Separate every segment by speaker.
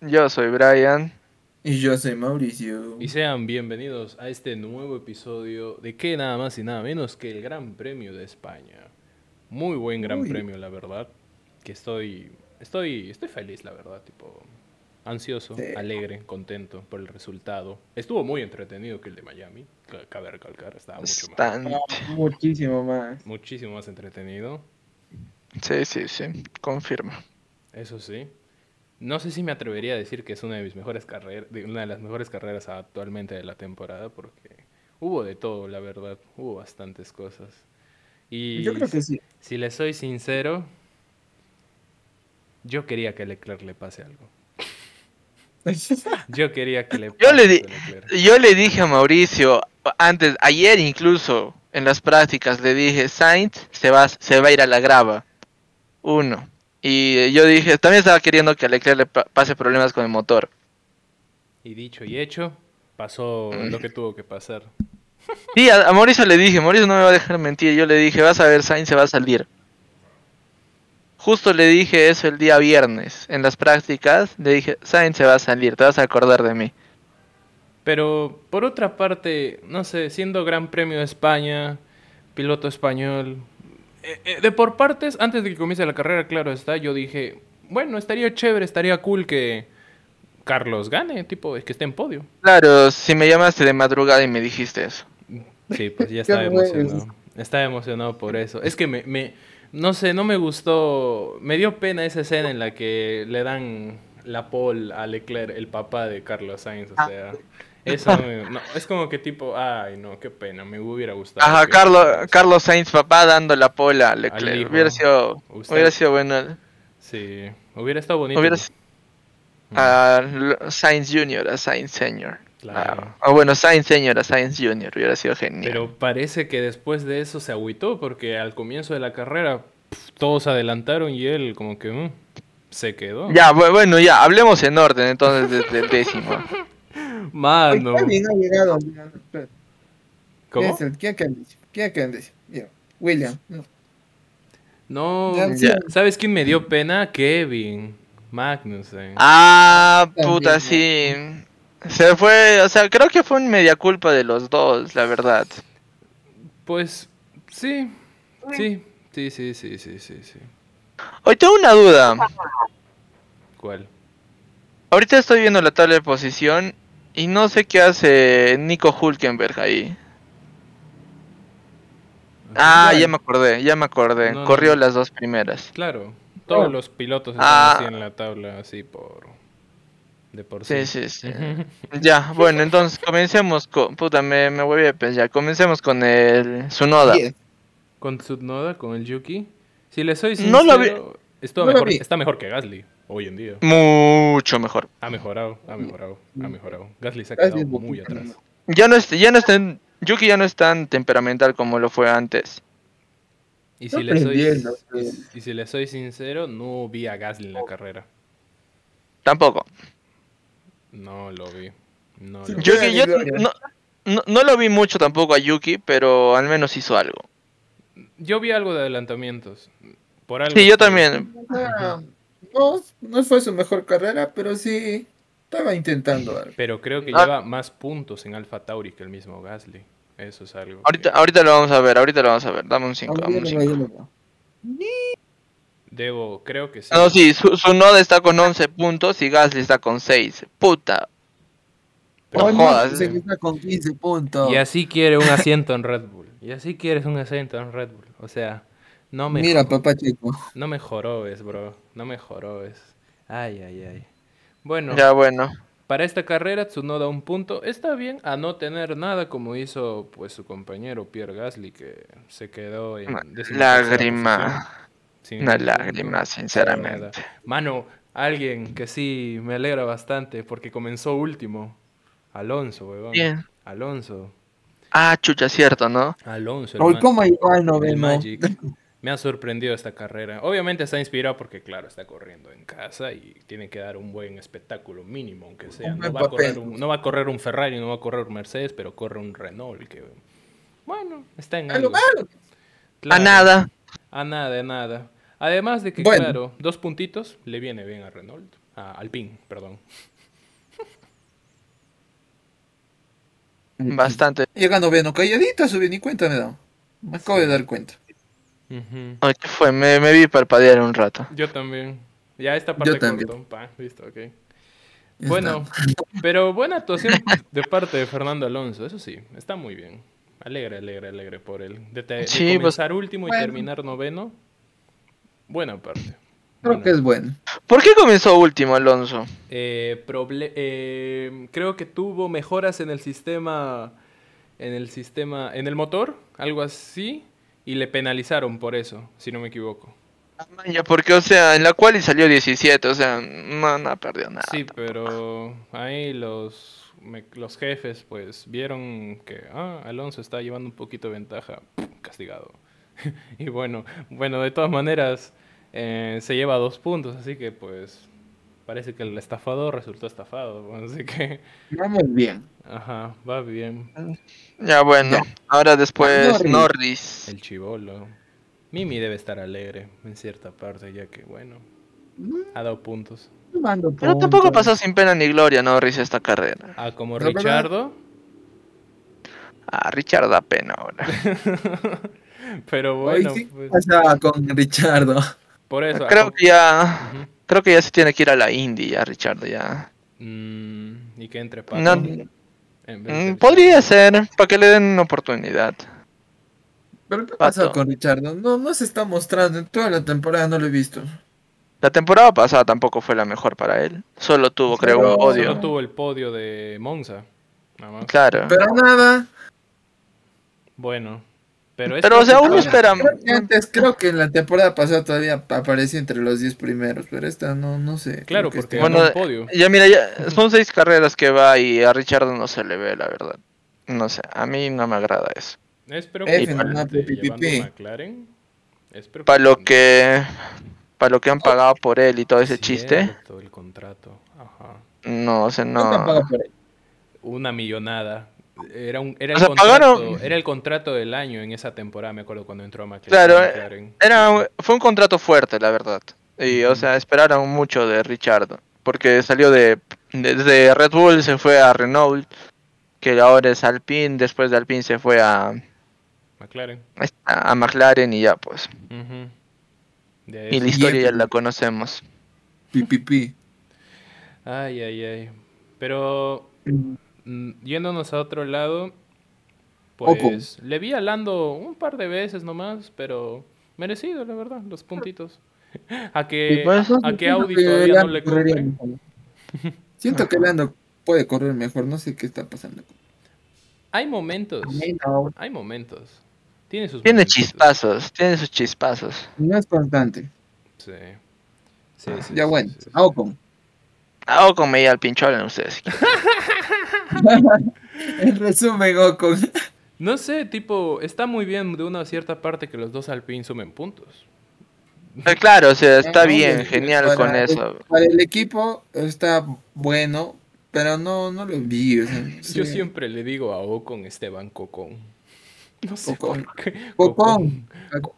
Speaker 1: Yo soy Brian.
Speaker 2: Y yo soy Mauricio.
Speaker 3: Y sean bienvenidos a este nuevo episodio de que nada más y nada menos que el Gran Premio de España. Muy buen Gran
Speaker 2: Uy.
Speaker 3: Premio, la verdad. Que estoy, estoy, estoy feliz, la verdad, tipo ansioso,
Speaker 2: Sí.
Speaker 3: alegre, contento por el resultado. Estuvo muy entretenido que el de Miami, ca- cabe recalcar, estaba mucho más,
Speaker 1: Bastante.
Speaker 2: Muchísimo más.
Speaker 3: muchísimo más entretenido.
Speaker 1: Sí, sí, sí. Confirma.
Speaker 3: Eso sí. No sé si me atrevería a decir que es una de mis mejores carreras, de una de las mejores carreras actualmente de la temporada, porque hubo de todo, la verdad, hubo bastantes cosas. Y
Speaker 2: Yo creo que sí.
Speaker 3: si le soy sincero, yo quería que Leclerc le pase algo. Yo quería que le pase
Speaker 1: Yo le di-
Speaker 3: algo a Leclerc.
Speaker 1: Yo le dije a Mauricio antes, ayer incluso, en las prácticas, le dije, Sainz se va, se va a ir a la grava. Uno. Y eh, yo dije, también estaba queriendo que a Leclerc le pa- pase problemas con el motor.
Speaker 3: Y dicho y hecho, pasó lo que tuvo que pasar.
Speaker 1: Sí, a, a Mauricio le dije, Mauricio no me va a dejar mentir. Yo le dije, vas a ver, Sainz se va a salir. Justo le dije eso el día viernes, en las prácticas, le dije, Sainz se va a salir, te vas a acordar de mí.
Speaker 3: Pero por otra parte, no sé, siendo Gran Premio de España, piloto español, eh, eh, de por partes, antes de que comience la carrera, claro está, yo dije, bueno, estaría chévere, estaría cool que Carlos gane, tipo, es que esté en podio.
Speaker 1: Claro, si me llamaste de madrugada y me dijiste eso.
Speaker 3: Sí, pues ya
Speaker 2: Qué
Speaker 3: estaba
Speaker 2: bueno.
Speaker 3: emocionado. Estaba emocionado por eso. Es que me, me- no sé, no me gustó, me dio pena esa escena en la que le dan la pole a Leclerc, el papá de Carlos Sainz,
Speaker 1: Ah.
Speaker 3: o sea, eso no me- no, es como que tipo, ay, no, qué pena, me hubiera gustado.
Speaker 1: Ajá,
Speaker 3: que- pues.
Speaker 1: Carlos, Carlos Sainz, papá, dando la pola a
Speaker 3: hijo.
Speaker 1: Leclerc. Hubiera sido,
Speaker 3: Usted-
Speaker 1: hubiera sido bueno.
Speaker 3: Sí, hubiera estado bonito.
Speaker 1: Hubiera sido a L- Sainz Junior, a Sainz Senior.
Speaker 3: Mm. Claro.
Speaker 1: Ah, o bueno, Sainz Senior, a Sainz Junior. Hubiera sido genial.
Speaker 3: Pero parece que después de eso se agüitó porque al comienzo de la carrera pf, todos adelantaron y él como que mm, se quedó.
Speaker 1: Ya, bu- bueno, ya, hablemos en orden entonces desde el décimo.
Speaker 3: Mano.
Speaker 2: Kevin ha llegado. mira, espera. ¿Quién
Speaker 3: ¿Cómo?
Speaker 2: es el- ¿Quién queda en décimo? ¿Quién queda en décimo? Bien. William. No.
Speaker 3: No,
Speaker 2: Ya,
Speaker 1: sí.
Speaker 3: ¿sabes quién me dio pena? Kevin Magnussen.
Speaker 1: Ah, puta,
Speaker 2: También,
Speaker 1: sí. Se fue, o sea, creo que fue un media culpa de los dos, la verdad.
Speaker 3: Pues sí, sí, sí, sí, sí, sí, sí, sí.
Speaker 1: Hoy tengo una duda.
Speaker 3: ¿Cuál?
Speaker 1: Ahorita estoy viendo la tabla de posición y no sé qué hace Nico Hulkenberg ahí. Ah, ya me acordé, ya me acordé.
Speaker 3: No, no,
Speaker 1: Corrió
Speaker 3: no.
Speaker 1: las dos primeras.
Speaker 3: Claro,
Speaker 2: Oh.
Speaker 3: todos los pilotos están
Speaker 1: Ah.
Speaker 3: así en la tabla, así por... De por sí.
Speaker 1: Sí, sí, sí. Ya, bueno, entonces comencemos con... Puta, me, me voy a pensar. Comencemos con el Sunoda.
Speaker 2: Diez.
Speaker 3: Con Tsunoda, con el Yuki. Si le soy sincero,
Speaker 1: No lo vi.
Speaker 3: estuvo
Speaker 2: No lo
Speaker 3: mejor,
Speaker 2: vi.
Speaker 3: está mejor que Gasly hoy en día.
Speaker 1: Mucho mejor.
Speaker 3: Ha mejorado, ha mejorado, ha mejorado. Gasly se ha
Speaker 2: Mm. Gasly
Speaker 3: quedado
Speaker 2: es
Speaker 3: muy
Speaker 2: poquito
Speaker 3: atrás.
Speaker 2: mejor.
Speaker 1: Ya no es, ya no es tan- Yuki ya no es tan temperamental como lo fue antes.
Speaker 3: Y
Speaker 2: Está
Speaker 3: si, le soy,
Speaker 2: aprendiendo, pues. Oh.
Speaker 3: y-
Speaker 2: pero-
Speaker 3: y si le soy sincero, no vi a Gasly en la carrera.
Speaker 1: Tampoco.
Speaker 3: No lo vi. No
Speaker 2: Sí,
Speaker 3: lo vi.
Speaker 2: Yo-
Speaker 1: Yuki, yo no, no, no lo vi mucho tampoco a Yuki, pero al menos hizo algo.
Speaker 3: Yo vi algo de adelantamientos. Por algo
Speaker 1: Sí, yo
Speaker 3: estoy-
Speaker 1: también.
Speaker 2: Ah, No, no fue su mejor carrera, pero sí estaba intentando algo.
Speaker 3: Pero creo que
Speaker 1: Ah.
Speaker 3: lleva más puntos en Alfa Tauri que el mismo Gasly. Eso es algo. que-
Speaker 1: Ahorita, ahorita lo vamos a ver, ahorita lo vamos a ver. Dame un 5, dame un 5.
Speaker 3: Debo, creo que sí.
Speaker 1: Ah, No, sí, su, Noda está con 11 puntos y Gasly está con 6. Puta.
Speaker 3: Pero
Speaker 1: Oh, no,
Speaker 3: jodas,
Speaker 1: se
Speaker 3: eh.
Speaker 2: con 15 puntos.
Speaker 3: Y así quiere un asiento en Red Bull. Y así quieres un asiento en Red Bull. O sea, no me,
Speaker 2: Mira, papá chico.
Speaker 3: no me jorobes, bro. No me jorobes. Ay, ay, ay. Bueno,
Speaker 1: Ya bueno.
Speaker 3: para esta carrera Tsunoda un punto. Está bien a no tener nada como hizo pues su compañero Pierre Gasly que se quedó en
Speaker 1: Una
Speaker 3: decimotercera
Speaker 1: lágrima.
Speaker 3: posición. Sin
Speaker 1: Una
Speaker 3: ningún punto,
Speaker 1: lágrima,
Speaker 3: sin nada.
Speaker 1: sinceramente.
Speaker 3: Mano, Alguien que sí me alegra bastante porque comenzó último. Alonso, weón.
Speaker 1: Bien.
Speaker 3: Alonso.
Speaker 1: Ah, chucha, cierto, ¿no?
Speaker 3: Alonso. el
Speaker 2: Hoy,
Speaker 3: ma-
Speaker 2: ¿cómo llegó al
Speaker 3: el
Speaker 2: noveno?
Speaker 3: Magic. Me ha sorprendido esta carrera. Obviamente está inspirado porque, claro, está corriendo en casa y tiene que dar un buen espectáculo mínimo, aunque sea.
Speaker 2: Un
Speaker 3: No
Speaker 2: buen
Speaker 3: va, a correr
Speaker 2: papel.
Speaker 3: un, no va a correr un Ferrari, no va a correr un Mercedes, pero corre un Renault, que, bueno, está en
Speaker 2: Al
Speaker 3: algo.
Speaker 2: lugar.
Speaker 1: A
Speaker 3: Claro.
Speaker 1: nada.
Speaker 3: A nada, a nada. Además de que,
Speaker 2: Bueno.
Speaker 3: claro, dos puntitos le viene bien a Renault. A Alpine, perdón.
Speaker 1: Bastante.
Speaker 2: Llega noveno, calladita, subí, ni cuenta me da. Me acabo de dar cuenta.
Speaker 1: Ay, ¿qué fue? Me, me vi parpadear un rato.
Speaker 3: Yo también. Ya esta parte
Speaker 2: Yo también.
Speaker 3: cortó. Pa, listo, ok.
Speaker 2: Ya
Speaker 3: Bueno,
Speaker 2: está.
Speaker 3: pero buena actuación de parte de Fernando Alonso, eso sí, está muy bien. Alegre, alegre, alegre por él. De, te- de
Speaker 1: Sí, pues,
Speaker 3: comenzar último y
Speaker 2: bueno.
Speaker 3: terminar noveno, buena parte.
Speaker 2: creo
Speaker 3: Bueno,
Speaker 2: que es bueno.
Speaker 1: ¿Por qué comenzó último Alonso?
Speaker 3: eh, proble- eh, creo que tuvo mejoras en el sistema, en el sistema, en el motor, algo así, y le penalizaron por eso, si no me equivoco.
Speaker 1: Ya, porque, o sea, en la cual salió 17, o sea, no, no perdió nada.
Speaker 3: Sí, pero ahí los, me- los jefes pues vieron que ah, Alonso está llevando un poquito de ventaja, castigado. y bueno, bueno, de todas maneras eh, se lleva dos puntos, así que pues parece que el estafador resultó estafado, bueno, así que
Speaker 2: Vamos bien.
Speaker 3: ajá, va bien
Speaker 1: Ya, bueno, ahora después
Speaker 2: Norris.
Speaker 1: Norris.
Speaker 3: el chivolo. Mimi debe estar alegre en cierta parte, ya que bueno, ha dado puntos.
Speaker 2: Tomando
Speaker 1: Pero tampoco
Speaker 2: puntos.
Speaker 1: pasó sin pena ni gloria Norris esta carrera.
Speaker 3: Ah, como
Speaker 2: La verdad-
Speaker 3: Richardo,
Speaker 1: Ah, Richard da pena ahora.
Speaker 3: pero
Speaker 2: Hoy
Speaker 3: bueno,
Speaker 2: sí
Speaker 3: pues,
Speaker 2: pasa con Richardo.
Speaker 3: por eso. ah,
Speaker 1: Creo
Speaker 3: como-
Speaker 1: que ya.
Speaker 3: Ujú.
Speaker 1: Creo que ya se tiene que ir a la Indy ya, Richard, ya.
Speaker 3: Mm, y que entre Pato.
Speaker 1: No,
Speaker 3: en vez
Speaker 1: mm,
Speaker 3: del-
Speaker 1: podría ser, para que le den una oportunidad.
Speaker 2: Pero ¿qué
Speaker 1: Pato.
Speaker 2: pasa con Richardo? No, no se está mostrando. En toda la temporada no lo he visto.
Speaker 1: La temporada pasada tampoco fue la mejor para él. Solo tuvo, creo,
Speaker 2: Solo-
Speaker 1: un
Speaker 3: Solo
Speaker 1: podio.
Speaker 3: tuvo el podio de Monza. Nada más.
Speaker 1: Claro.
Speaker 2: Pero nada.
Speaker 3: Bueno. Pero, es
Speaker 1: Pero, o sea, uno
Speaker 3: complicado.
Speaker 1: espera.
Speaker 2: Creo que antes, creo que en la temporada pasada todavía aparecía entre los 10 primeros, pero esta no, no sé.
Speaker 3: Claro,
Speaker 2: creo
Speaker 3: porque
Speaker 2: que este-
Speaker 3: ganó
Speaker 1: Bueno,
Speaker 3: un podio.
Speaker 1: Ya, mira, ya son seis carreras que va y a Richard no se le ve, la verdad. No sé, a mí no me agrada eso.
Speaker 3: Espero
Speaker 2: F,
Speaker 3: que
Speaker 2: no,
Speaker 3: esté
Speaker 2: pi, pi,
Speaker 3: llevando
Speaker 2: pi.
Speaker 3: McLaren. Espero
Speaker 1: Para lo que. Para lo que han pagado por él y todo ese
Speaker 3: Cierto,
Speaker 1: chiste.
Speaker 3: el contrato. Ajá.
Speaker 1: No, o sea,
Speaker 2: ¿Cuánto han pagado
Speaker 1: no.
Speaker 2: por él?
Speaker 3: Una millonada. Era, un, era,
Speaker 1: O
Speaker 3: el
Speaker 1: sea,
Speaker 3: contrato,
Speaker 1: pagaron-
Speaker 3: era el contrato del año en esa temporada, me acuerdo cuando entró a McLaren.
Speaker 1: Claro, eh,
Speaker 3: McLaren.
Speaker 1: Era, fue un contrato fuerte, la verdad. Y, o sea, esperaron mucho de Richard. Porque salió de. Desde Red Bull se fue a Renault. Que ahora es Alpine. Después de Alpine se fue a.
Speaker 3: McLaren.
Speaker 1: A McLaren y ya, pues.
Speaker 3: Ujú. De
Speaker 1: Y
Speaker 3: eso.
Speaker 1: la historia ya
Speaker 2: Alpine.
Speaker 1: la conocemos.
Speaker 2: Pi, pi, pi.
Speaker 3: Ay, ay, ay. Pero mm, yéndonos a otro lado,
Speaker 2: Ocon.
Speaker 3: pues le vi hablando un par de veces nomás, pero merecido, la verdad, los puntitos. A que,
Speaker 1: Y pues,
Speaker 3: Eh, a que
Speaker 2: Siento
Speaker 3: Audi
Speaker 2: que
Speaker 3: todavía no
Speaker 2: Lando
Speaker 3: le
Speaker 2: correría
Speaker 3: compre.
Speaker 2: mejor. Siento que Lando puede correr mejor, no sé qué está pasando.
Speaker 3: Hay momentos,
Speaker 2: No,
Speaker 3: hay momentos. Tiene sus
Speaker 1: Tiene
Speaker 3: momentitos.
Speaker 1: chispazos, tiene sus chispazos.
Speaker 2: no es constante.
Speaker 3: Sí. Sí, sí,
Speaker 2: Ah, Ya
Speaker 3: sí,
Speaker 2: bueno,
Speaker 3: sí, sí.
Speaker 2: a Ocon.
Speaker 1: Ah, o con media al pinchol en ustedes. si quieren.
Speaker 2: En resumen, Ocon.
Speaker 3: No sé, tipo, está muy bien de una cierta parte que los dos Alpine sumen puntos.
Speaker 1: Eh, Claro, o sea, está
Speaker 2: No,
Speaker 1: bien,
Speaker 2: eh,
Speaker 1: genial
Speaker 2: para
Speaker 1: con
Speaker 2: el-
Speaker 1: eso.
Speaker 2: Para el equipo está bueno, pero no, no lo vi. o sea, no
Speaker 3: Yo
Speaker 2: sé.
Speaker 3: siempre le digo a Ocon Esteban Cocón. No sé
Speaker 2: Ocon.
Speaker 3: por qué.
Speaker 2: Ocon.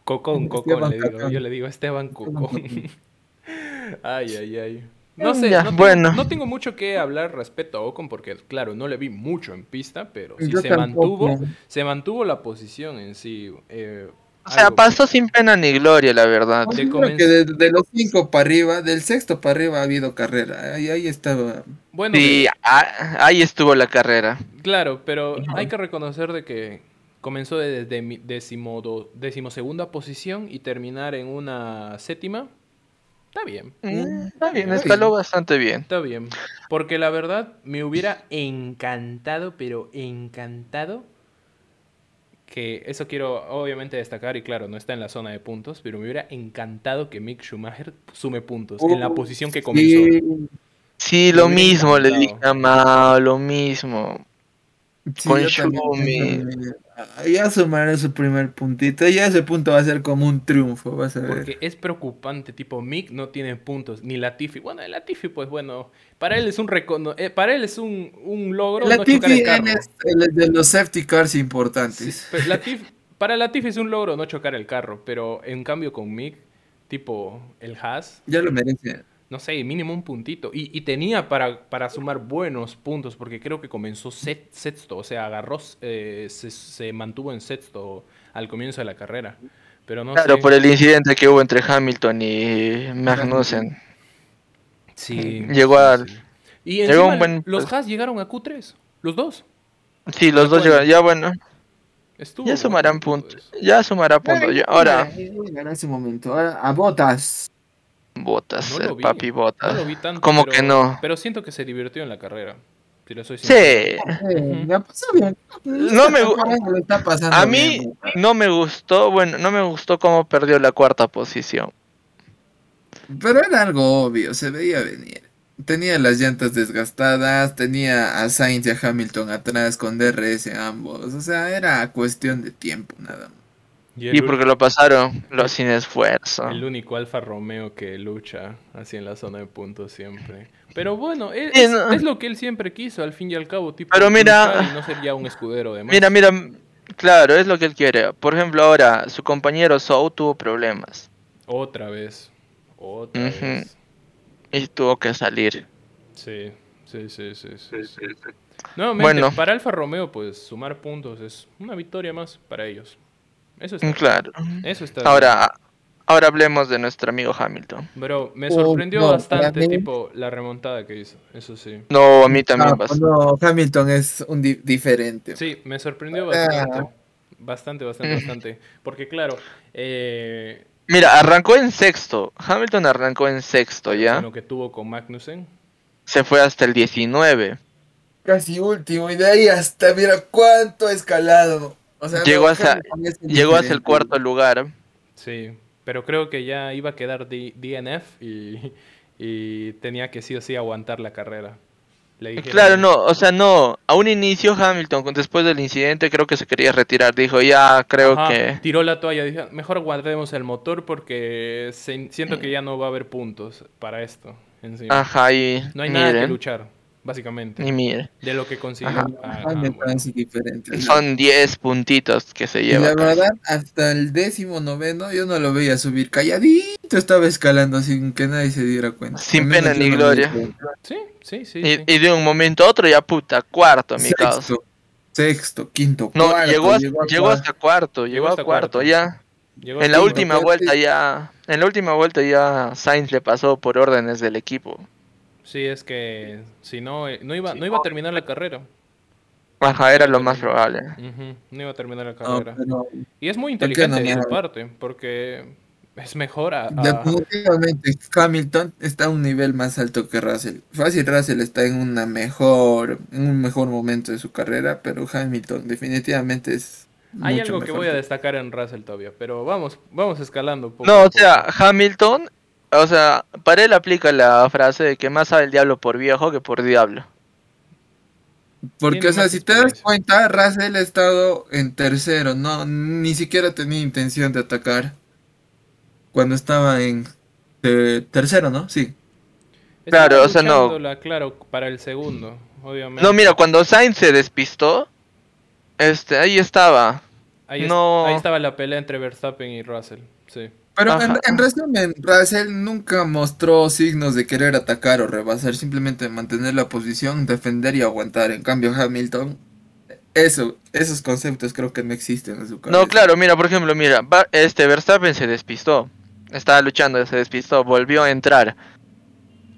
Speaker 3: Cocón, Cocón,
Speaker 2: Esteban
Speaker 3: le digo.
Speaker 2: Cocón.
Speaker 3: Yo le digo Esteban Cocón.
Speaker 2: Cocón.
Speaker 3: ay, ay, ay. No sé,
Speaker 1: Mm, Ya,
Speaker 3: no, tengo,
Speaker 1: bueno.
Speaker 3: no tengo mucho que hablar respecto a Ocon porque, claro, no le vi mucho en pista, pero sí
Speaker 2: Yo
Speaker 3: se
Speaker 2: tampoco.
Speaker 3: mantuvo, se mantuvo la posición en sí. eh,
Speaker 1: O sea,
Speaker 3: algo.
Speaker 1: pasó sin pena ni gloria, la verdad.
Speaker 3: De
Speaker 2: Yo
Speaker 3: comenz-
Speaker 2: creo que de, de los cinco para arriba, del sexto para arriba ha habido carrera. Ahí, ahí estaba.
Speaker 3: Bueno,
Speaker 1: Sí, ah, ahí estuvo la carrera.
Speaker 3: de- claro, pero hay que reconocer de que comenzó desde mi- decimodo- decimosegunda posición y terminar en una séptima. Está bien.
Speaker 1: Mm, Está bien,
Speaker 3: Muy
Speaker 1: escaló bastante bien.
Speaker 3: Está bien. Porque la verdad me hubiera encantado, pero encantado que eso quiero obviamente destacar y claro, no está en la zona de puntos, pero me hubiera encantado que Mick Schumacher sume puntos en la
Speaker 2: Uh,
Speaker 3: posición que comenzó.
Speaker 2: Sí,
Speaker 1: Sí, lo
Speaker 3: Me hubiera
Speaker 1: mismo le dije
Speaker 3: encantado.
Speaker 1: a Mao, lo mismo.
Speaker 2: sí,
Speaker 1: Con
Speaker 2: yo también
Speaker 1: Shumi.
Speaker 2: pienso lo mismo. Ya sumaré su primer puntito. Ya ese punto va a ser como un triunfo, vas
Speaker 1: Eh.
Speaker 2: a ver.
Speaker 3: Porque es preocupante, tipo, Mick no tiene puntos, ni Latifi. Bueno, el Latifi, pues bueno, para él es un recono- eh, para él es un, un logro no chocar
Speaker 2: Latifi
Speaker 3: el carro.
Speaker 2: él es él es de los safety cars importantes.
Speaker 3: Pero Latif- para Latifi es un logro no chocar el carro, pero en cambio con Mick, tipo, el Haas,
Speaker 2: Ya lo merece.
Speaker 3: no sé, mínimo un puntito. Y, y tenía para, para sumar buenos puntos, porque creo que comenzó se- sexto, o sea, agarró, eh, se, se mantuvo en sexto al comienzo de la carrera. Pero no
Speaker 1: Claro,
Speaker 3: sé
Speaker 1: por el incidente que hubo entre Hamilton y Magnussen.
Speaker 3: si-
Speaker 1: Llegó al-
Speaker 3: Y
Speaker 1: llegó
Speaker 3: encima
Speaker 1: un buen-
Speaker 3: los Haas llegaron a Q3, los dos.
Speaker 1: Sí, los dos
Speaker 3: Bueno.
Speaker 1: llegaron. Ya bueno,
Speaker 3: Estuvo pues.
Speaker 1: ya
Speaker 3: bueno
Speaker 1: sumarán
Speaker 3: todo
Speaker 1: puntos.
Speaker 3: eso.
Speaker 1: Ya sumará puntos. Ya- Ahora,
Speaker 2: En ese momento. Ahora, a botas.
Speaker 1: botas,
Speaker 3: No lo
Speaker 1: el
Speaker 3: vi,
Speaker 1: papi
Speaker 3: No
Speaker 1: botas.
Speaker 3: lo vi tanto.
Speaker 1: ¿Cómo
Speaker 3: pero-
Speaker 1: Ah, que no?
Speaker 3: Pero siento que se divirtió en la carrera. Si le soy sincero.
Speaker 1: Sí,
Speaker 2: Eh, la pasó bien.
Speaker 1: No me gu-
Speaker 2: Lo está pasando
Speaker 1: a mí
Speaker 2: bien.
Speaker 1: Ah, no me gustó. Bueno, no me gustó cómo perdió la cuarta posición.
Speaker 2: Pero era algo obvio, se veía venir. Tenía las llantas desgastadas, tenía a Sainz y a Hamilton atrás con DRS ambos. O sea, era cuestión de tiempo nada más.
Speaker 3: Y el
Speaker 1: Y
Speaker 3: ul-
Speaker 1: porque lo pasaron lo, sin esfuerzo.
Speaker 3: El único Alfa Romeo que lucha así en la zona de puntos siempre. Pero bueno, e- es,
Speaker 1: Sí, no.
Speaker 3: es lo que él siempre quiso, al fin y al cabo, tipo
Speaker 1: Pero mira-
Speaker 3: luchar y no ser ya un escudero de más.
Speaker 1: Mira, mira, claro, es lo que él quiere. Por ejemplo, ahora su compañero Sou tuvo problemas
Speaker 3: Otra vez. Otra
Speaker 1: Ujú.
Speaker 3: vez.
Speaker 1: y tuvo que salir.
Speaker 3: Sí, sí, sí, sí, sí, sí. Nuevamente,
Speaker 1: Bueno.
Speaker 3: para Alfa Romeo, pues sumar puntos es una victoria más para ellos. Eso está.
Speaker 1: Mm, Claro.
Speaker 3: bien, Eso está. bien.
Speaker 1: Ahora, ahora hablemos de nuestro amigo Hamilton.
Speaker 3: Bro, me
Speaker 2: Oh,
Speaker 3: sorprendió
Speaker 2: no,
Speaker 3: bastante,
Speaker 2: para mí-
Speaker 3: tipo, la remontada que hizo. Eso sí.
Speaker 1: No, a mí también
Speaker 2: No,
Speaker 1: vas.
Speaker 2: no, Ah, Hamilton es un di- diferente.
Speaker 3: Sí, me sorprendió
Speaker 2: Ah.
Speaker 3: bastante. Bastante,
Speaker 1: Mm.
Speaker 3: bastante, bastante. Porque claro, eh,
Speaker 1: Mira, arrancó en sexto. Hamilton arrancó en sexto,
Speaker 3: con
Speaker 1: ¿ya?
Speaker 3: lo que tuvo con Magnussen.
Speaker 1: Se fue hasta el 19.
Speaker 2: Casi último, y de ahí hasta, mira cuánto ha escalado. O sea,
Speaker 1: Llegó
Speaker 2: no,
Speaker 1: hasta-
Speaker 2: Hamilton es
Speaker 1: Llegó hasta el
Speaker 2: diferente.
Speaker 1: cuarto lugar.
Speaker 3: Sí, pero creo que ya iba a quedar D- DNF y, y tenía que sí o sí aguantar la carrera. Le dije,
Speaker 1: Claro, no, o sea, no. A un inicio Hamilton, con- después del incidente, creo que se quería retirar. Dijo, ya, creo
Speaker 3: "Ajá",
Speaker 1: que...
Speaker 3: Tiró la toalla, dije, mejor guardemos el motor porque se- siento que ya no va a haber puntos para esto. encima".
Speaker 1: Ajá, y...
Speaker 3: No hay nada que
Speaker 1: Ah, miren,
Speaker 3: luchar, básicamente.
Speaker 1: Y mire.
Speaker 3: De lo que consiguió.
Speaker 1: Ajá.
Speaker 3: Ah, ah,
Speaker 2: Hamilton
Speaker 3: bueno.
Speaker 2: es diferente. ¿no?
Speaker 1: Son 10 puntitos que se
Speaker 2: Y la
Speaker 1: lleva.
Speaker 2: verdad, hasta el décimo noveno yo no lo veía subir calladito, estaba escalando sin que nadie se diera cuenta.
Speaker 1: Sin
Speaker 2: Al menos
Speaker 1: pena
Speaker 2: yo
Speaker 1: ni
Speaker 2: no me di
Speaker 1: gloria.
Speaker 2: cuenta.
Speaker 3: Sí, sí, sí. sí.
Speaker 1: Y, y de un momento a otro ya puta, cuarto, mi caso.
Speaker 2: Sexto, sexto, quinto,
Speaker 1: No,
Speaker 2: cuarto.
Speaker 1: llegó, a-
Speaker 2: a
Speaker 1: llegó
Speaker 2: cuarto.
Speaker 1: hasta cuarto, llegó
Speaker 3: hasta
Speaker 1: a cuarto,
Speaker 3: cuarto.
Speaker 1: ya.
Speaker 3: Llegó
Speaker 1: En la
Speaker 3: segundo.
Speaker 1: última
Speaker 2: Cuarto.
Speaker 1: vuelta ya, en la última vuelta ya Sainz le pasó por órdenes del equipo.
Speaker 3: Sí, es que si no, eh, no iba, no iba a terminar la carrera.
Speaker 1: Ajá, era lo más probable.
Speaker 3: Ujú, No iba a terminar la
Speaker 2: No,
Speaker 3: carrera.
Speaker 2: pero
Speaker 3: Y es muy
Speaker 2: ¿Por qué
Speaker 3: inteligente
Speaker 2: no,
Speaker 3: de su
Speaker 2: mierda?
Speaker 3: parte, porque es mejor a... a-
Speaker 2: definitivamente Hamilton está a un nivel más alto que Russell. Fácil Russell está en una mejor, en un mejor momento de su carrera, pero Hamilton definitivamente es
Speaker 3: Hay
Speaker 2: mucho
Speaker 3: algo que
Speaker 2: mejor
Speaker 3: voy a destacar en Russell todavía, pero vamos, vamos escalando. Poco
Speaker 1: No,
Speaker 3: a
Speaker 1: o
Speaker 3: poco.
Speaker 1: sea, Hamilton, o sea, para él aplica la frase de que más sabe el diablo por viejo que por diablo.
Speaker 2: Porque,
Speaker 3: Tiene
Speaker 2: o sea,
Speaker 3: más
Speaker 2: si te das
Speaker 3: experiencia.
Speaker 2: cuenta, Russell ha estado en tercero, no, ni siquiera tenía intención de atacar cuando estaba en eh, tercero, ¿no? Sí.
Speaker 3: Estaba
Speaker 1: claro, o sea, no.
Speaker 3: luchándola, claro, para el segundo, obviamente.
Speaker 1: No, mira, cuando Sainz se despistó, este, ahí estaba.
Speaker 3: ahí, es-
Speaker 1: no.
Speaker 3: ahí estaba la pelea entre Verstappen y Russell, sí.
Speaker 2: Pero en,
Speaker 1: Ajá.
Speaker 2: en resumen, Russell nunca mostró signos de querer atacar o rebasar, simplemente mantener la posición, defender y aguantar. En cambio, Hamilton, eso, esos conceptos creo que no existen en su cabeza.
Speaker 1: No, claro, mira, por ejemplo, mira, Va- este Verstappen se despistó. Estaba luchando, se despistó, volvió a entrar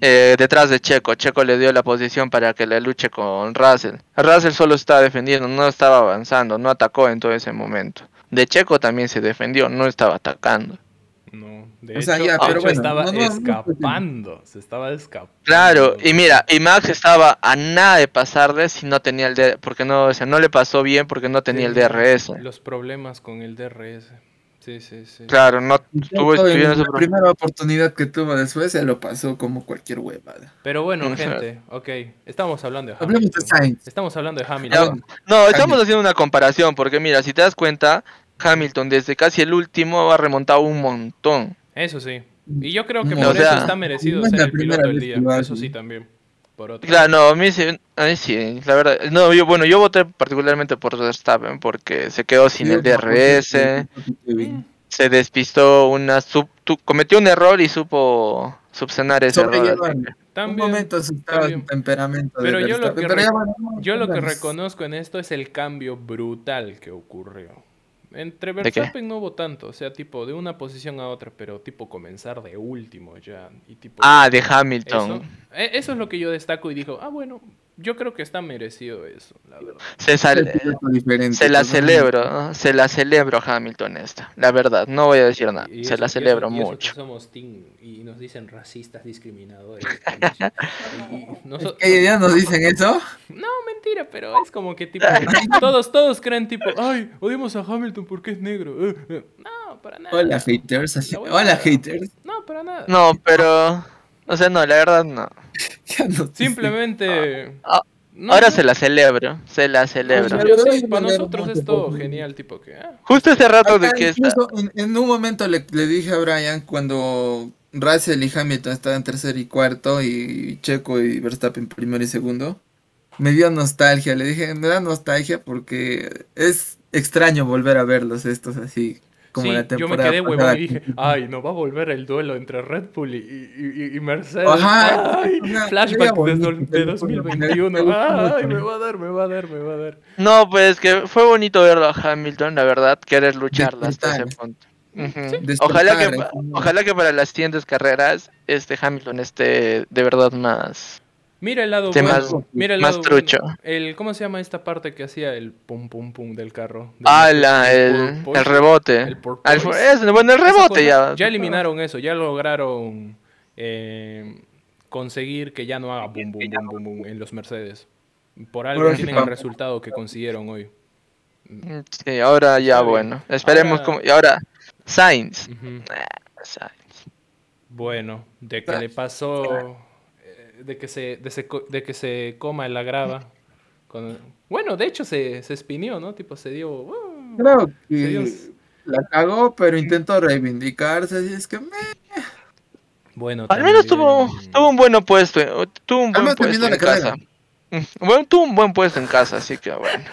Speaker 1: eh, detrás de Checo. Checo le dio la posición para que le luche con Russell. Russell solo estaba defendiendo, no estaba avanzando, no atacó en todo ese momento. De Checo también se defendió, no estaba atacando.
Speaker 3: No, de
Speaker 2: O
Speaker 3: hecho,
Speaker 2: sea, ya,
Speaker 3: de
Speaker 1: pero
Speaker 3: hecho,
Speaker 1: bueno,
Speaker 3: estaba
Speaker 2: no, no, no, no,
Speaker 3: escapando, se estaba escapando.
Speaker 1: Claro, y mira, y Max estaba a nada de pasarle si no tenía el DR, porque no, o sea, no le pasó bien porque no tenía el DRS.
Speaker 3: Los problemas con el DRS. Sí, sí, sí.
Speaker 1: Claro, no tuvo
Speaker 2: Todo en
Speaker 1: tuvieron
Speaker 2: la
Speaker 1: ese problema.
Speaker 2: primera oportunidad que tuvo de Suecia lo pasó como cualquier huevada.
Speaker 3: Pero bueno,
Speaker 1: O sea,
Speaker 3: gente, ok, estamos hablando de
Speaker 2: Hablemos de
Speaker 3: Hamilton.
Speaker 2: Sainz.
Speaker 3: Estamos hablando de
Speaker 1: Ya,
Speaker 3: Hamilton.
Speaker 1: No, estamos haciendo una comparación porque mira, si te das cuenta, Hamilton desde casi el último ha remontado un montón.
Speaker 3: Eso sí. Y yo creo que
Speaker 2: No,
Speaker 3: por
Speaker 1: o sea,
Speaker 3: eso está merecido
Speaker 2: no es
Speaker 3: ser
Speaker 2: la
Speaker 3: el piloto
Speaker 2: primera
Speaker 3: del
Speaker 2: vez
Speaker 3: día.
Speaker 2: que lo
Speaker 3: Eso
Speaker 2: hace.
Speaker 3: sí también. Por otro.
Speaker 1: Claro, no, a mí sí, a mí sí, la verdad. No, yo, bueno, yo voté particularmente por Verstappen porque se quedó sin el DRS, se despistó una sub, tu- cometió un error y supo subsanar ese error.
Speaker 2: Sobrellevan. Un
Speaker 3: También,
Speaker 2: momento asustaba
Speaker 3: también.
Speaker 2: el temperamento
Speaker 3: Pero
Speaker 2: de
Speaker 3: yo lo que
Speaker 2: Verstappen,
Speaker 3: re-
Speaker 2: ya bueno,
Speaker 3: Yo lo que
Speaker 2: vamos.
Speaker 3: reconozco en esto es el cambio brutal que ocurrió. Entre
Speaker 1: qué?
Speaker 3: Verstappen no hubo tanto, o sea, tipo de una posición a otra, pero tipo comenzar de último ya. Y tipo,
Speaker 1: Ah, de
Speaker 3: eso,
Speaker 1: Hamilton.
Speaker 3: e- eso es lo que yo destaco y digo, ah, bueno, yo creo que está merecido eso, la verdad.
Speaker 1: Se,
Speaker 2: El
Speaker 1: sal-
Speaker 2: piloto diferente,
Speaker 1: se la
Speaker 2: totalmente.
Speaker 1: celebro, ¿no? se la celebro a Hamilton esta. La verdad, no voy a decir nada.
Speaker 3: Y
Speaker 1: Ah, Se
Speaker 3: eso- y
Speaker 1: la
Speaker 3: eso-
Speaker 1: celebro
Speaker 3: y eso que
Speaker 1: mucho.
Speaker 3: somos team y nos dicen racistas, discriminadores. y- y
Speaker 2: Es
Speaker 3: noso-
Speaker 2: que ya nos dicen eso.
Speaker 3: No, mentira, pero es como que tipo. todos, todos creen tipo, ay, odiamos a Hamilton porque es negro. eh, eh". No, para nada.
Speaker 2: Hola haters, así-
Speaker 3: La buena-
Speaker 2: hola haters.
Speaker 3: No, para nada.
Speaker 1: No, pero. O sea, no, la verdad no.
Speaker 2: Ya nos dicen.
Speaker 3: Simplemente.
Speaker 1: Ah,
Speaker 3: no
Speaker 1: Ahora
Speaker 3: sé,
Speaker 1: se la celebro, se la celebro.
Speaker 3: yo sé,
Speaker 2: Hoy me
Speaker 3: para
Speaker 2: alegro
Speaker 3: nosotros
Speaker 2: mucho
Speaker 3: es todo
Speaker 2: por ti.
Speaker 3: genial, tipo que. ah,
Speaker 1: Justo ese rato de
Speaker 2: Acá
Speaker 1: que esta-
Speaker 2: incluso en, en un momento le, le dije a Brian cuando Russell y Hamilton estaban en tercer y cuarto y Checo y Verstappen primero y segundo, me dio nostalgia, le dije, me da nostalgia porque es extraño volver a verlos estos así como
Speaker 3: sí,
Speaker 2: la
Speaker 3: yo me
Speaker 2: temporada
Speaker 3: quedé
Speaker 2: pasada.
Speaker 3: huevón y dije, ay, no va a volver el duelo entre Red Bull y, y- y- y Mercedes.
Speaker 2: Ajá,
Speaker 3: Ay,
Speaker 2: una- una idea
Speaker 3: flashback de,
Speaker 2: bonita,
Speaker 3: dos- de
Speaker 2: te gusta, me
Speaker 3: 2021.
Speaker 2: gusta
Speaker 3: Ay,
Speaker 2: mucho.
Speaker 3: me va a dar, me va a dar, me va a dar.
Speaker 1: No, pues que fue bonito verlo a Hamilton, la verdad, querer lucharla hasta ese
Speaker 2: Despertar.
Speaker 1: punto. Ujú.
Speaker 2: Sí.
Speaker 1: Ojalá que
Speaker 2: Despertar, ¿eh?
Speaker 1: ojalá que para las siguientes carreras este Hamilton esté de verdad más
Speaker 3: Mira el lado
Speaker 1: Este
Speaker 3: bueno.
Speaker 1: más-
Speaker 3: mira el
Speaker 1: más
Speaker 3: lado bueno.
Speaker 1: trucho.
Speaker 3: El, ¿Cómo se llama esta parte que hacía el pum pum pum del carro? Del-
Speaker 1: ala Ah, el,
Speaker 3: porpoise.
Speaker 1: el rebote.
Speaker 3: El porpoise.
Speaker 1: Al fu- es- bueno, el
Speaker 3: Esa
Speaker 1: rebote
Speaker 3: cosa,
Speaker 1: ya.
Speaker 3: Ya eliminaron eso, ya lograron eh, conseguir que ya no haga bum bum bum bum bum en los Mercedes. Por algo
Speaker 2: Ahora sí
Speaker 3: tienen el
Speaker 2: cambia.
Speaker 3: resultado que consiguieron hoy.
Speaker 1: Mm, Sí, ahora ya
Speaker 3: Está bien.
Speaker 1: bueno. Esperemos
Speaker 3: Ahora-
Speaker 1: como y ahora Sainz.
Speaker 3: Ujú.
Speaker 1: Ah, Sainz.
Speaker 3: Bueno, de que le pasó, eh, de que se, de, se co- de que se coma la grava. con- Bueno, de hecho se, se espineó, ¿no? Tipo se dio. ¡uh!
Speaker 2: Creo
Speaker 3: Se dio
Speaker 2: que
Speaker 3: un-
Speaker 2: la cagó, pero intentó reivindicarse, así es que me...
Speaker 3: Ah, Bueno,
Speaker 1: Al menos tuvo,
Speaker 3: también-
Speaker 1: tuvo un buen puesto, eh, tuvo un buen
Speaker 2: menos
Speaker 3: pues,
Speaker 1: puesto
Speaker 2: terminó
Speaker 1: en
Speaker 2: la
Speaker 1: casa. Mm, Bueno, tuvo un buen puesto en casa, así que bueno.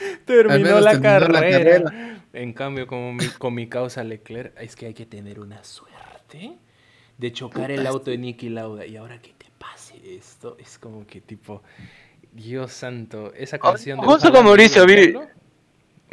Speaker 2: Al
Speaker 3: Terminó,
Speaker 2: menos
Speaker 3: la,
Speaker 2: terminó la
Speaker 3: carrera.
Speaker 2: carrera.
Speaker 3: En cambio, con mi, con mi causa Leclerc, es que hay que tener una suerte de chocar el auto de Nicky Lauda. Y ahora que te pase esto, es como que tipo, Dios santo, esa canción de...
Speaker 1: justo
Speaker 3: Ojalá
Speaker 1: con
Speaker 3: me lleve
Speaker 1: Mauricio
Speaker 3: el
Speaker 1: vi-
Speaker 3: diablo.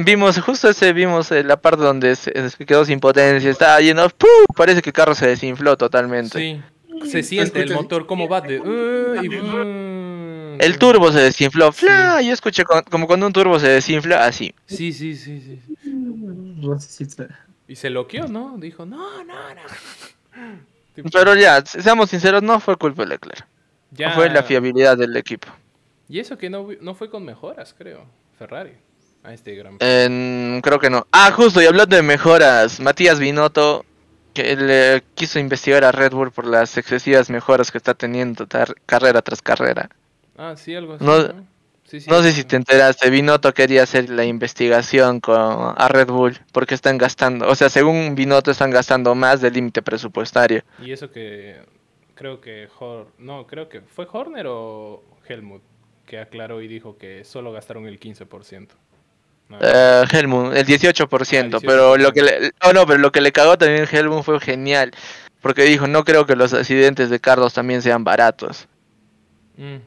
Speaker 1: Vimos, justo ese, vimos eh, la parte donde se, se quedó sin potencia, estaba lleno, ¡pum! parece que el carro se desinfló totalmente.
Speaker 3: Sí, se siente el
Speaker 2: escuchas?
Speaker 3: motor como bate. uh, y, uh,
Speaker 1: El turbo se desinfló, ¡fla! yo escuché con- como cuando un turbo se desinfla, así.
Speaker 3: Sí, sí, sí, sí. sí.
Speaker 2: No sé si está-
Speaker 3: Y se loqueó, ¿no? Dijo, no, no, no. Tipo,
Speaker 1: Pero ya, se- seamos sinceros, no fue culpa de Leclerc,
Speaker 3: ya-
Speaker 1: fue la fiabilidad del equipo.
Speaker 3: Y eso que no, vi- no fue con mejoras, creo, Ferrari, a este gran
Speaker 1: Eh, En- creo que no. Ah, justo, y hablando de mejoras, Matías Binotto que le quiso investigar a Red Bull por las excesivas mejoras que está teniendo tar- carrera tras carrera.
Speaker 3: Ah, sí, algo así.
Speaker 1: No-
Speaker 3: ¿no? Sí, sí,
Speaker 1: No sé
Speaker 3: sí.
Speaker 1: si te enteraste, Binotto quería hacer la investigación con a Red Bull porque están gastando, o sea, según Binotto están gastando más del límite presupuestario.
Speaker 3: Y eso que creo que Hor- no, creo que fue Horner o Helmut que aclaró y dijo que solo gastaron el 15%. No,
Speaker 1: Eh, Helmut, el 18%, pero lo que le, oh, no, pero lo que le cagó también Helmut fue genial, porque dijo, "No creo que los accidentes de Carlos también sean baratos."
Speaker 3: mm.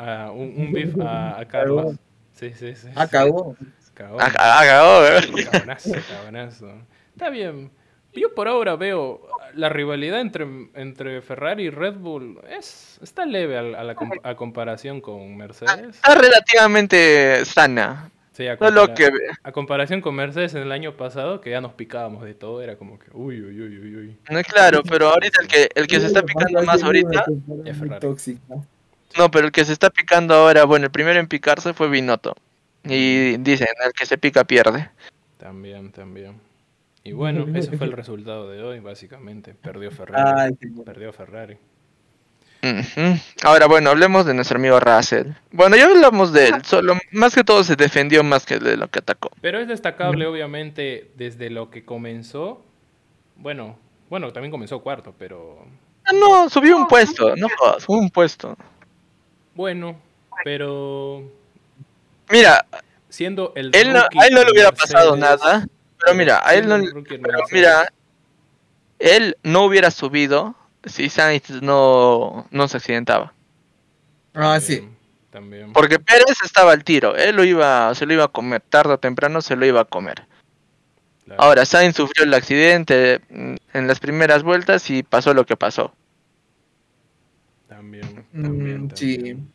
Speaker 3: Ah, un, un beef a, a Carlos. Sí, sí, sí.
Speaker 2: Ah,
Speaker 3: sí.
Speaker 2: Acabó.
Speaker 3: Cagón.
Speaker 1: Ah, ah, cagó, eh.
Speaker 3: Cagonazo, cagonazo. Está bien. Yo por ahora veo la rivalidad entre, entre Ferrari y Red Bull. Es, está leve al- a, la com- a comparación con Mercedes.
Speaker 1: Está relativamente sana.
Speaker 3: Sí, a,
Speaker 1: No
Speaker 3: compara-
Speaker 1: lo que
Speaker 3: a comparación con Mercedes en el año pasado, que ya nos picábamos de todo, era como que, uy, uy, uy, uy, uy.
Speaker 1: no claro, pero ahorita el que el que se está picando más ahorita,
Speaker 3: es Ferrari.
Speaker 2: Tóxica.
Speaker 1: no, pero el que se está picando ahora, bueno, el primero en picarse fue Binotto. Y dicen, el que se pica pierde.
Speaker 3: También, también. Y bueno, ese fue el resultado de hoy, básicamente. Perdió Ferrari.
Speaker 2: Ay, qué bueno.
Speaker 3: Perdió Ferrari.
Speaker 1: Ujú. Ahora, bueno, hablemos de nuestro amigo Russell. Bueno, ya hablamos de él, solo más que todo se defendió más que de lo que atacó.
Speaker 3: Pero es destacable, obviamente, desde lo que comenzó. Bueno, bueno, también comenzó cuarto, pero
Speaker 1: Ah, No, subió un puesto, no jodas, subió un puesto.
Speaker 3: bueno, pero
Speaker 1: Mira,
Speaker 3: siendo el
Speaker 1: él no,
Speaker 3: rookie
Speaker 1: a él no le
Speaker 3: de
Speaker 1: hubiera pasado
Speaker 3: Mercedes,
Speaker 1: nada, pero mira, a él
Speaker 3: siendo
Speaker 1: no,
Speaker 3: el rookie de
Speaker 1: pero
Speaker 3: Mercedes,
Speaker 1: mira, él no hubiera subido si Sainz no, no se accidentaba.
Speaker 2: Ah,
Speaker 3: también,
Speaker 2: sí.
Speaker 3: eh, También.
Speaker 1: Porque Pérez estaba al tiro, él lo iba, se lo iba a comer, tarde o temprano se lo iba a comer.
Speaker 3: claro.
Speaker 1: Ahora, Sainz sufrió el accidente mm, en las primeras vueltas y pasó lo que pasó.
Speaker 3: También,
Speaker 2: Mm,
Speaker 3: también,
Speaker 2: sí.
Speaker 3: también.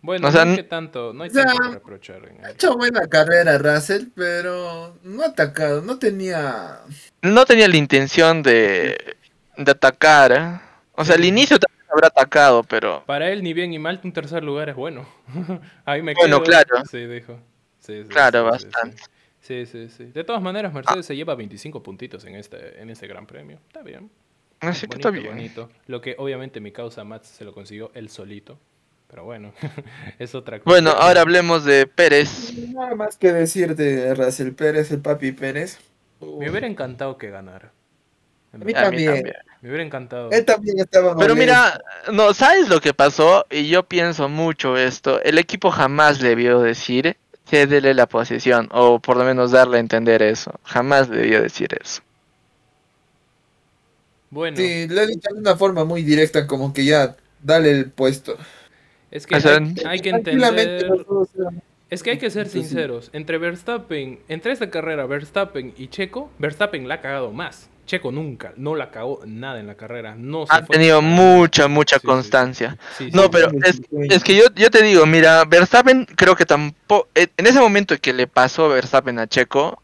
Speaker 3: Bueno,
Speaker 1: O sea,
Speaker 3: no hay
Speaker 1: n-
Speaker 3: que tanto, no hay
Speaker 2: o sea,
Speaker 3: tanto que reprochar en
Speaker 2: Ha
Speaker 3: él.
Speaker 2: hecho buena carrera Russell, pero no ha atacado, no tenía...
Speaker 1: No tenía la intención de, de atacar. ¿eh? O sea, al inicio también habrá atacado, pero
Speaker 3: Para él, ni bien ni mal, un tercer lugar es bueno. Ahí me
Speaker 1: Bueno,
Speaker 3: quedo.
Speaker 1: claro.
Speaker 3: Sí, dijo. Sí, sí,
Speaker 1: Claro,
Speaker 3: sí, sí, sí.
Speaker 1: bastante. Ah.
Speaker 3: Sí, sí, sí. De todas maneras, Mercedes se lleva 25 puntitos en este, en este gran premio. Está bien.
Speaker 1: así
Speaker 3: bonito,
Speaker 1: que está bien.
Speaker 3: bonito. Lo que obviamente mi causa Matt se lo consiguió él solito. Pero bueno, es otra cosa.
Speaker 1: Bueno, ahora hablemos de Pérez.
Speaker 2: Nada más que decir de Russell Pérez, el papi Pérez.
Speaker 3: Uh, Me hubiera encantado que ganara. En
Speaker 2: A mí
Speaker 3: verdad,
Speaker 1: A mí
Speaker 2: también.
Speaker 1: también.
Speaker 3: Me hubiera encantado.
Speaker 2: Él también estaba
Speaker 1: Pero
Speaker 2: molesto.
Speaker 1: mira,
Speaker 3: este,
Speaker 1: no, ¿sabes lo que pasó? Y yo pienso mucho esto. El equipo jamás le vio decir cédele la posición, o por lo menos darle a entender eso. Jamás le vio decir eso.
Speaker 3: Bueno,
Speaker 2: Sí, lo he dicho de una forma muy directa, como que ya, dale el puesto.
Speaker 3: es que
Speaker 1: O sea,
Speaker 3: hay, hay que
Speaker 2: Tranquilamente
Speaker 3: entender.
Speaker 2: los dos eran-
Speaker 3: Es que hay que ser
Speaker 2: Sí, sí.
Speaker 3: sinceros. Entre Verstappen, entre esta carrera, Verstappen y Checo, Verstappen la ha cagado más. Checo nunca, no la cagó nada en la carrera. No se
Speaker 1: Han
Speaker 3: fue-
Speaker 1: tenido mucha, mucha
Speaker 3: Sí, sí, sí.
Speaker 1: constancia.
Speaker 3: Sí, sí,
Speaker 1: No,
Speaker 3: sí.
Speaker 1: pero es, es que yo, yo te digo, mira, Verstappen creo que tampoco... En ese momento que le pasó Verstappen a Checo,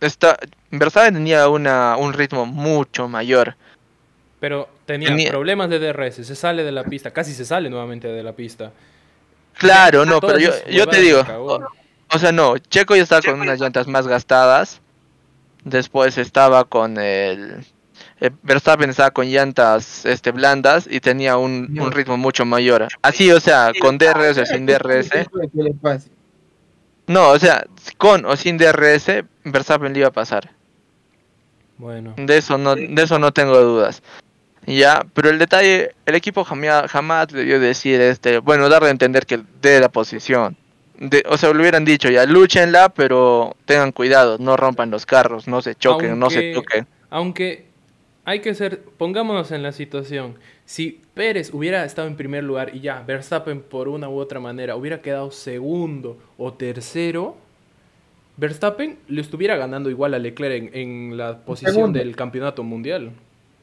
Speaker 1: está, Verstappen tenía una, un ritmo mucho mayor.
Speaker 3: Pero tenía,
Speaker 1: Tenía-
Speaker 3: problemas de DRS, se sale de la pista, casi se sale nuevamente de la pista.
Speaker 1: Claro, no, pero
Speaker 3: Ah, Todas
Speaker 1: yo,
Speaker 3: esas
Speaker 1: yo
Speaker 3: jugadas
Speaker 1: te
Speaker 3: que
Speaker 1: digo,
Speaker 3: cagó.
Speaker 1: o sea, no, Checo ya estaba con unas llantas más gastadas, después estaba con el... eh, Verstappen estaba con llantas este, blandas y tenía un, un ritmo mucho mayor. Así, o sea, con DRS o sin DRS.
Speaker 2: Que le pase.
Speaker 1: No, o sea, con o sin DRS, Verstappen le iba a pasar.
Speaker 3: Bueno,
Speaker 1: De eso no, de eso no tengo dudas. Ya, pero el detalle, el equipo jamia- jamás debió decir este, bueno, darle a entender que de la posición. De- o sea, le hubieran dicho ya, luchenla, pero tengan cuidado, no rompan los carros, no se choquen, no se
Speaker 3: Aunque-
Speaker 1: toquen.
Speaker 3: aunque hay que ser, pongámonos en la situación, si Pérez hubiera estado en primer lugar y ya Verstappen por una u otra manera hubiera quedado segundo o tercero, Verstappen le estuviera ganando igual a Leclerc en, en la posición
Speaker 2: segundo.
Speaker 3: del campeonato mundial.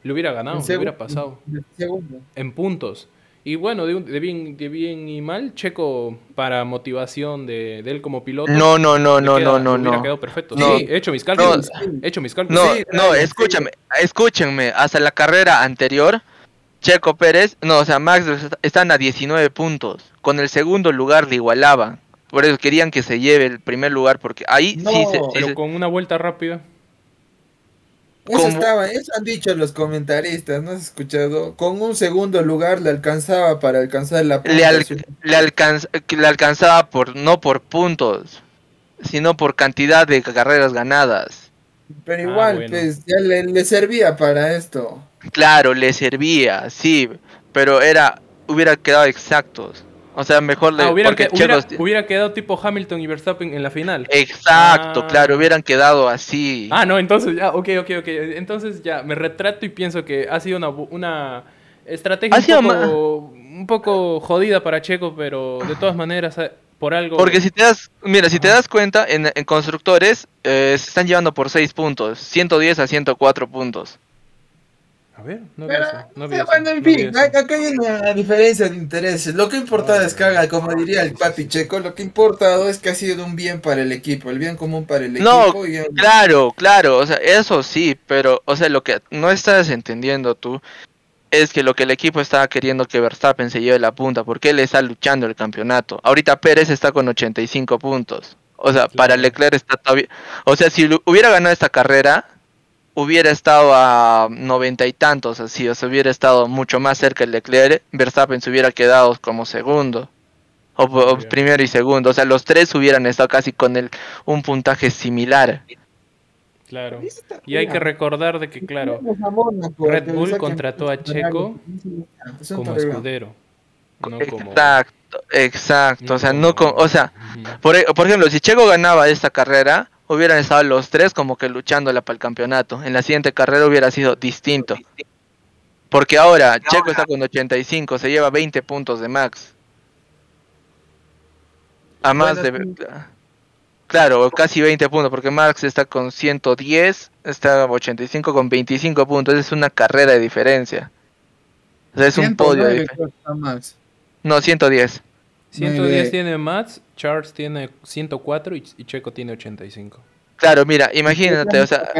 Speaker 3: Le hubiera ganado,
Speaker 2: En
Speaker 3: le
Speaker 2: segu-
Speaker 3: hubiera pasado.
Speaker 2: en segundo.
Speaker 3: en puntos. Y bueno, de, un- de bien, de bien y mal, Checo, para motivación de, de él como piloto.
Speaker 1: No, no, no,
Speaker 3: le
Speaker 1: no,
Speaker 3: queda-
Speaker 1: no, no,
Speaker 3: hubiera
Speaker 1: no.
Speaker 3: quedado perfecto.
Speaker 1: No.
Speaker 3: Sí, he hecho mis cálculos.
Speaker 2: No.
Speaker 3: He hecho mis cálculos.
Speaker 1: No,
Speaker 2: Sí,
Speaker 1: no,
Speaker 2: dale,
Speaker 1: escúchame, escúchenme, hasta la carrera anterior, Checo Pérez, no, o sea, Max est- están a 19 puntos, con el segundo lugar le igualaban, por eso querían que se lleve el primer lugar, porque ahí
Speaker 2: No,
Speaker 1: sí se... sí
Speaker 3: pero
Speaker 1: se-
Speaker 3: con una vuelta rápida.
Speaker 2: Eso
Speaker 1: Como-
Speaker 2: estaba, eso han dicho los comentaristas, ¿no has escuchado? Con un segundo lugar le alcanzaba para alcanzar la
Speaker 1: le, al-
Speaker 2: puntuación.
Speaker 1: le alcanz- que le alcanzaba por no por puntos, sino por cantidad de carreras ganadas.
Speaker 2: Pero
Speaker 3: Ah,
Speaker 2: igual,
Speaker 3: bueno.
Speaker 2: pues ya le, le servía para esto.
Speaker 1: Claro, le servía, sí, pero era hubiera quedado exactos. O sea, mejor le
Speaker 3: Ah, hubiera,
Speaker 1: porque
Speaker 3: que- hubiera-
Speaker 1: Checo-
Speaker 3: hubiera quedado tipo Hamilton y Verstappen en la final.
Speaker 1: Exacto,
Speaker 3: Ah.
Speaker 1: claro, hubieran quedado así.
Speaker 3: Ah, no, entonces ya, ok, ok, ok. Entonces ya, me retrato y pienso que ha sido una, bu- una estrategia
Speaker 1: Ha sido
Speaker 3: un poco, un poco jodida para Checo, pero de todas maneras, eh, por algo...
Speaker 1: Porque si te das, mira, si te
Speaker 3: Ajá.
Speaker 1: das cuenta, en, en constructores eh, se están llevando por 6 puntos, 110 a 104 puntos.
Speaker 3: A ver, no vi
Speaker 2: Pero,
Speaker 3: eso. No vi
Speaker 2: eh,
Speaker 3: eso,
Speaker 2: bueno, en
Speaker 3: no vi
Speaker 2: fin,
Speaker 3: eso. Ah,
Speaker 2: a- acá hay una diferencia de intereses. Lo que ha importado es que haga, como diría el papi Checo, lo que ha importado es que ha sido un bien para el equipo, el bien común para el
Speaker 1: No,
Speaker 2: equipo. y el-
Speaker 1: Claro, claro, o sea, eso sí, pero, o sea, lo que no estás entendiendo tú es que lo que el equipo estaba queriendo que Verstappen se lleve la punta, porque él está luchando el campeonato. Ahorita Pérez está con 85 puntos. O sea, para
Speaker 3: Claro.
Speaker 1: Leclerc está todavía... O sea, si lu- hubiera ganado esta carrera, hubiera estado a noventa y tantos, así, o sea, hubiera estado mucho más cerca el Leclerc, Verstappen se hubiera quedado como segundo. O, o
Speaker 3: Ya.
Speaker 1: primero y segundo, o sea, los tres hubieran estado casi con el, un puntaje similar.
Speaker 3: Claro. Y hay que recordar de que, claro, Red
Speaker 2: Red
Speaker 3: Bull contrató a Checo como escudero. No como.
Speaker 1: Exacto, exacto. o sea, no con,
Speaker 3: como-
Speaker 1: o sea,
Speaker 3: Ujú.
Speaker 1: por, e- por ejemplo, si Checo ganaba esta carrera, hubieran estado los tres como que luchándola para el campeonato. En la siguiente carrera hubiera sido distinto. Porque ahora Checo está con 85, se lleva 20 puntos de Max. A más
Speaker 2: Bueno,
Speaker 1: de Claro, o casi 20 puntos, porque Max está con 110, está 85 con 25 puntos, es una carrera de diferencia. O sea, es un podio de diferencia. No, 110.
Speaker 2: Muy
Speaker 3: 110
Speaker 2: bien.
Speaker 3: tiene Mats, Charles tiene 104 y, y Checo tiene 85.
Speaker 1: Claro, mira, imagínate, o sea,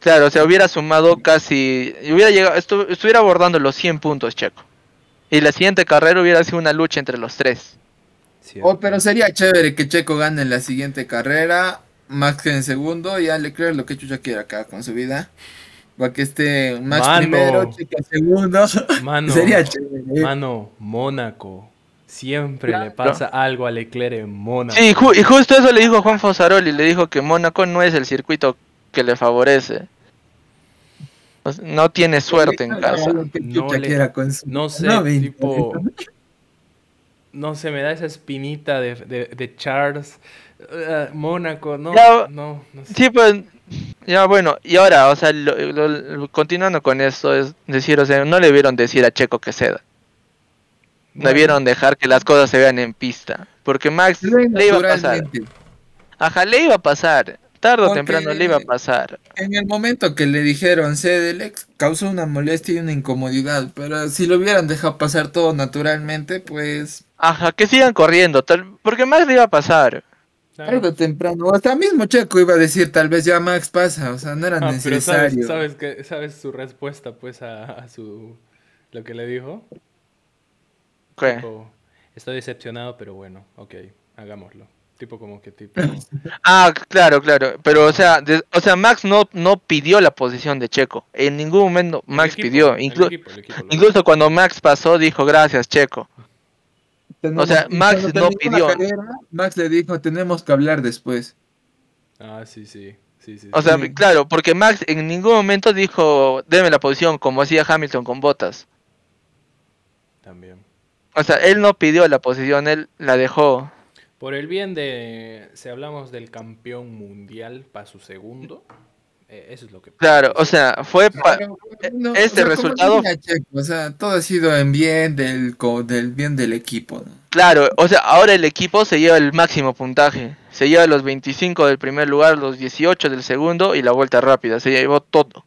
Speaker 1: claro, o sea, hubiera sumado casi, hubiera llegado, estu- estuviera abordando los 100 puntos, Checo. Y la siguiente carrera hubiera sido una lucha entre los tres.
Speaker 3: Cierto.
Speaker 2: Oh, pero sería chévere que Checo gane en la siguiente carrera, Max en segundo, y a Leclerc lo que chucha quiera acá con su vida. Para que esté Max
Speaker 3: Mano.
Speaker 2: primero, Checo segundo.
Speaker 3: Mano,
Speaker 2: sería chévere.
Speaker 3: mano, Mónaco. Siempre le pasa algo a Leclerc en Mónaco.
Speaker 1: Sí, ju- y justo eso le dijo Juan Fosaroli, le dijo que Mónaco no es el circuito que le favorece. O sea, no tiene suerte en casa.
Speaker 2: Lo que
Speaker 3: No
Speaker 2: chucha
Speaker 3: le-
Speaker 2: quiera con su-
Speaker 3: No sé,
Speaker 2: No me
Speaker 3: tipo. No se me da esa espinita de, de- de Charles. eh, Mónaco, no,
Speaker 1: Ya-
Speaker 3: no, no sé.
Speaker 1: Sí, pues, ya bueno, y ahora, o sea, lo- lo- lo- continuando con esto, es decir, o sea, no le vieron decir a Checo que ceda.
Speaker 3: Bueno,
Speaker 1: Debieron dejar que las cosas se vean en pista. Porque Max le iba a pasar.
Speaker 2: Naturalmente.
Speaker 1: Ajá, le iba a pasar. Tarde o
Speaker 2: Porque-
Speaker 1: temprano le iba a pasar.
Speaker 2: En el momento que le dijeron CDLX causó una molestia y una incomodidad, pero si lo hubieran dejado pasar todo naturalmente, pues
Speaker 1: Ajá, que sigan corriendo. tal- porque Max le iba a pasar.
Speaker 3: claro.
Speaker 2: algo temprano, o hasta mismo Checo iba a decir tal vez ya Max pasa, o sea, no era
Speaker 3: Ah, pero sabes,
Speaker 2: necesario.
Speaker 3: sabes que, sabes su respuesta pues a, a su lo que le dijo.
Speaker 1: ¿Qué?
Speaker 3: Tipo, estoy decepcionado, pero bueno, ok, hagámoslo. Tipo como que tipo.
Speaker 1: Ah, claro, claro. Pero, o sea, de- o sea Max no, no pidió la posición de Checo. En ningún momento Max
Speaker 3: el equipo,
Speaker 1: pidió.
Speaker 3: el
Speaker 1: Inclu-
Speaker 3: equipo, el equipo lo-
Speaker 1: incluso cuando Max pasó, dijo gracias, Checo. o sea, Max
Speaker 2: Cuando
Speaker 1: no
Speaker 2: terminó la
Speaker 1: pidió.
Speaker 2: carrera, Max le dijo, tenemos que hablar después.
Speaker 3: Ah, sí, sí, sí, sí.
Speaker 1: O sea,
Speaker 2: Sí.
Speaker 1: claro, porque Max en ningún momento dijo, deme la posición, como hacía Hamilton con botas.
Speaker 3: también.
Speaker 1: O sea, él no pidió la posición, él la dejó.
Speaker 3: Por el bien de, si hablamos del campeón mundial para su segundo, eh, eso es lo que.
Speaker 1: Claro, o sea, fue pa-
Speaker 2: Pero, bueno,
Speaker 1: este
Speaker 2: como
Speaker 1: resultado-
Speaker 2: diría Checo, o sea, todo ha sido en bien del, co- del bien del equipo. ¿no?
Speaker 1: claro, o sea, ahora el equipo se lleva el máximo puntaje. Se lleva los 25 del primer lugar, los 18 del segundo y la vuelta rápida. Se llevó todo.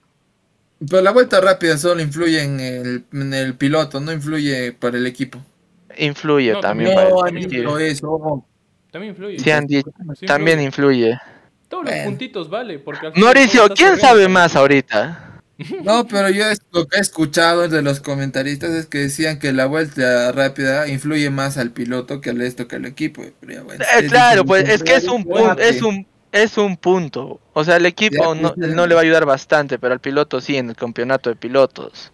Speaker 2: Pero la vuelta rápida solo influye en el, en el piloto, no influye para el equipo.
Speaker 1: Influye
Speaker 3: No,
Speaker 1: también
Speaker 3: también-
Speaker 1: para
Speaker 2: No,
Speaker 1: el
Speaker 2: han
Speaker 3: también
Speaker 1: equipo.
Speaker 2: dicho eso.
Speaker 3: También influye.
Speaker 1: Sí, han dicho,
Speaker 3: Sí
Speaker 1: también
Speaker 3: influye.
Speaker 1: influye.
Speaker 3: Todos los
Speaker 2: Bueno.
Speaker 3: puntitos, vale. Porque al fin y al
Speaker 1: Mauricio,
Speaker 3: cabo estás
Speaker 1: ¿quién
Speaker 3: corriendo,
Speaker 1: sabe
Speaker 3: ¿sabes?
Speaker 1: más ahorita?
Speaker 2: No, pero yo es- lo que he escuchado de los comentaristas es que decían que la vuelta rápida influye más al piloto que al esto que al equipo. Pero ya, bueno,
Speaker 1: Eh,
Speaker 2: ustedes
Speaker 1: claro,
Speaker 2: Este, dicen
Speaker 1: pues
Speaker 2: lo
Speaker 1: es que es un
Speaker 2: contrario,
Speaker 1: punto, es
Speaker 2: debate.
Speaker 1: un es un punto. O sea, el equipo
Speaker 2: Ya,
Speaker 1: no,
Speaker 2: pues,
Speaker 1: no le va a ayudar bastante, pero al piloto sí en el campeonato de pilotos.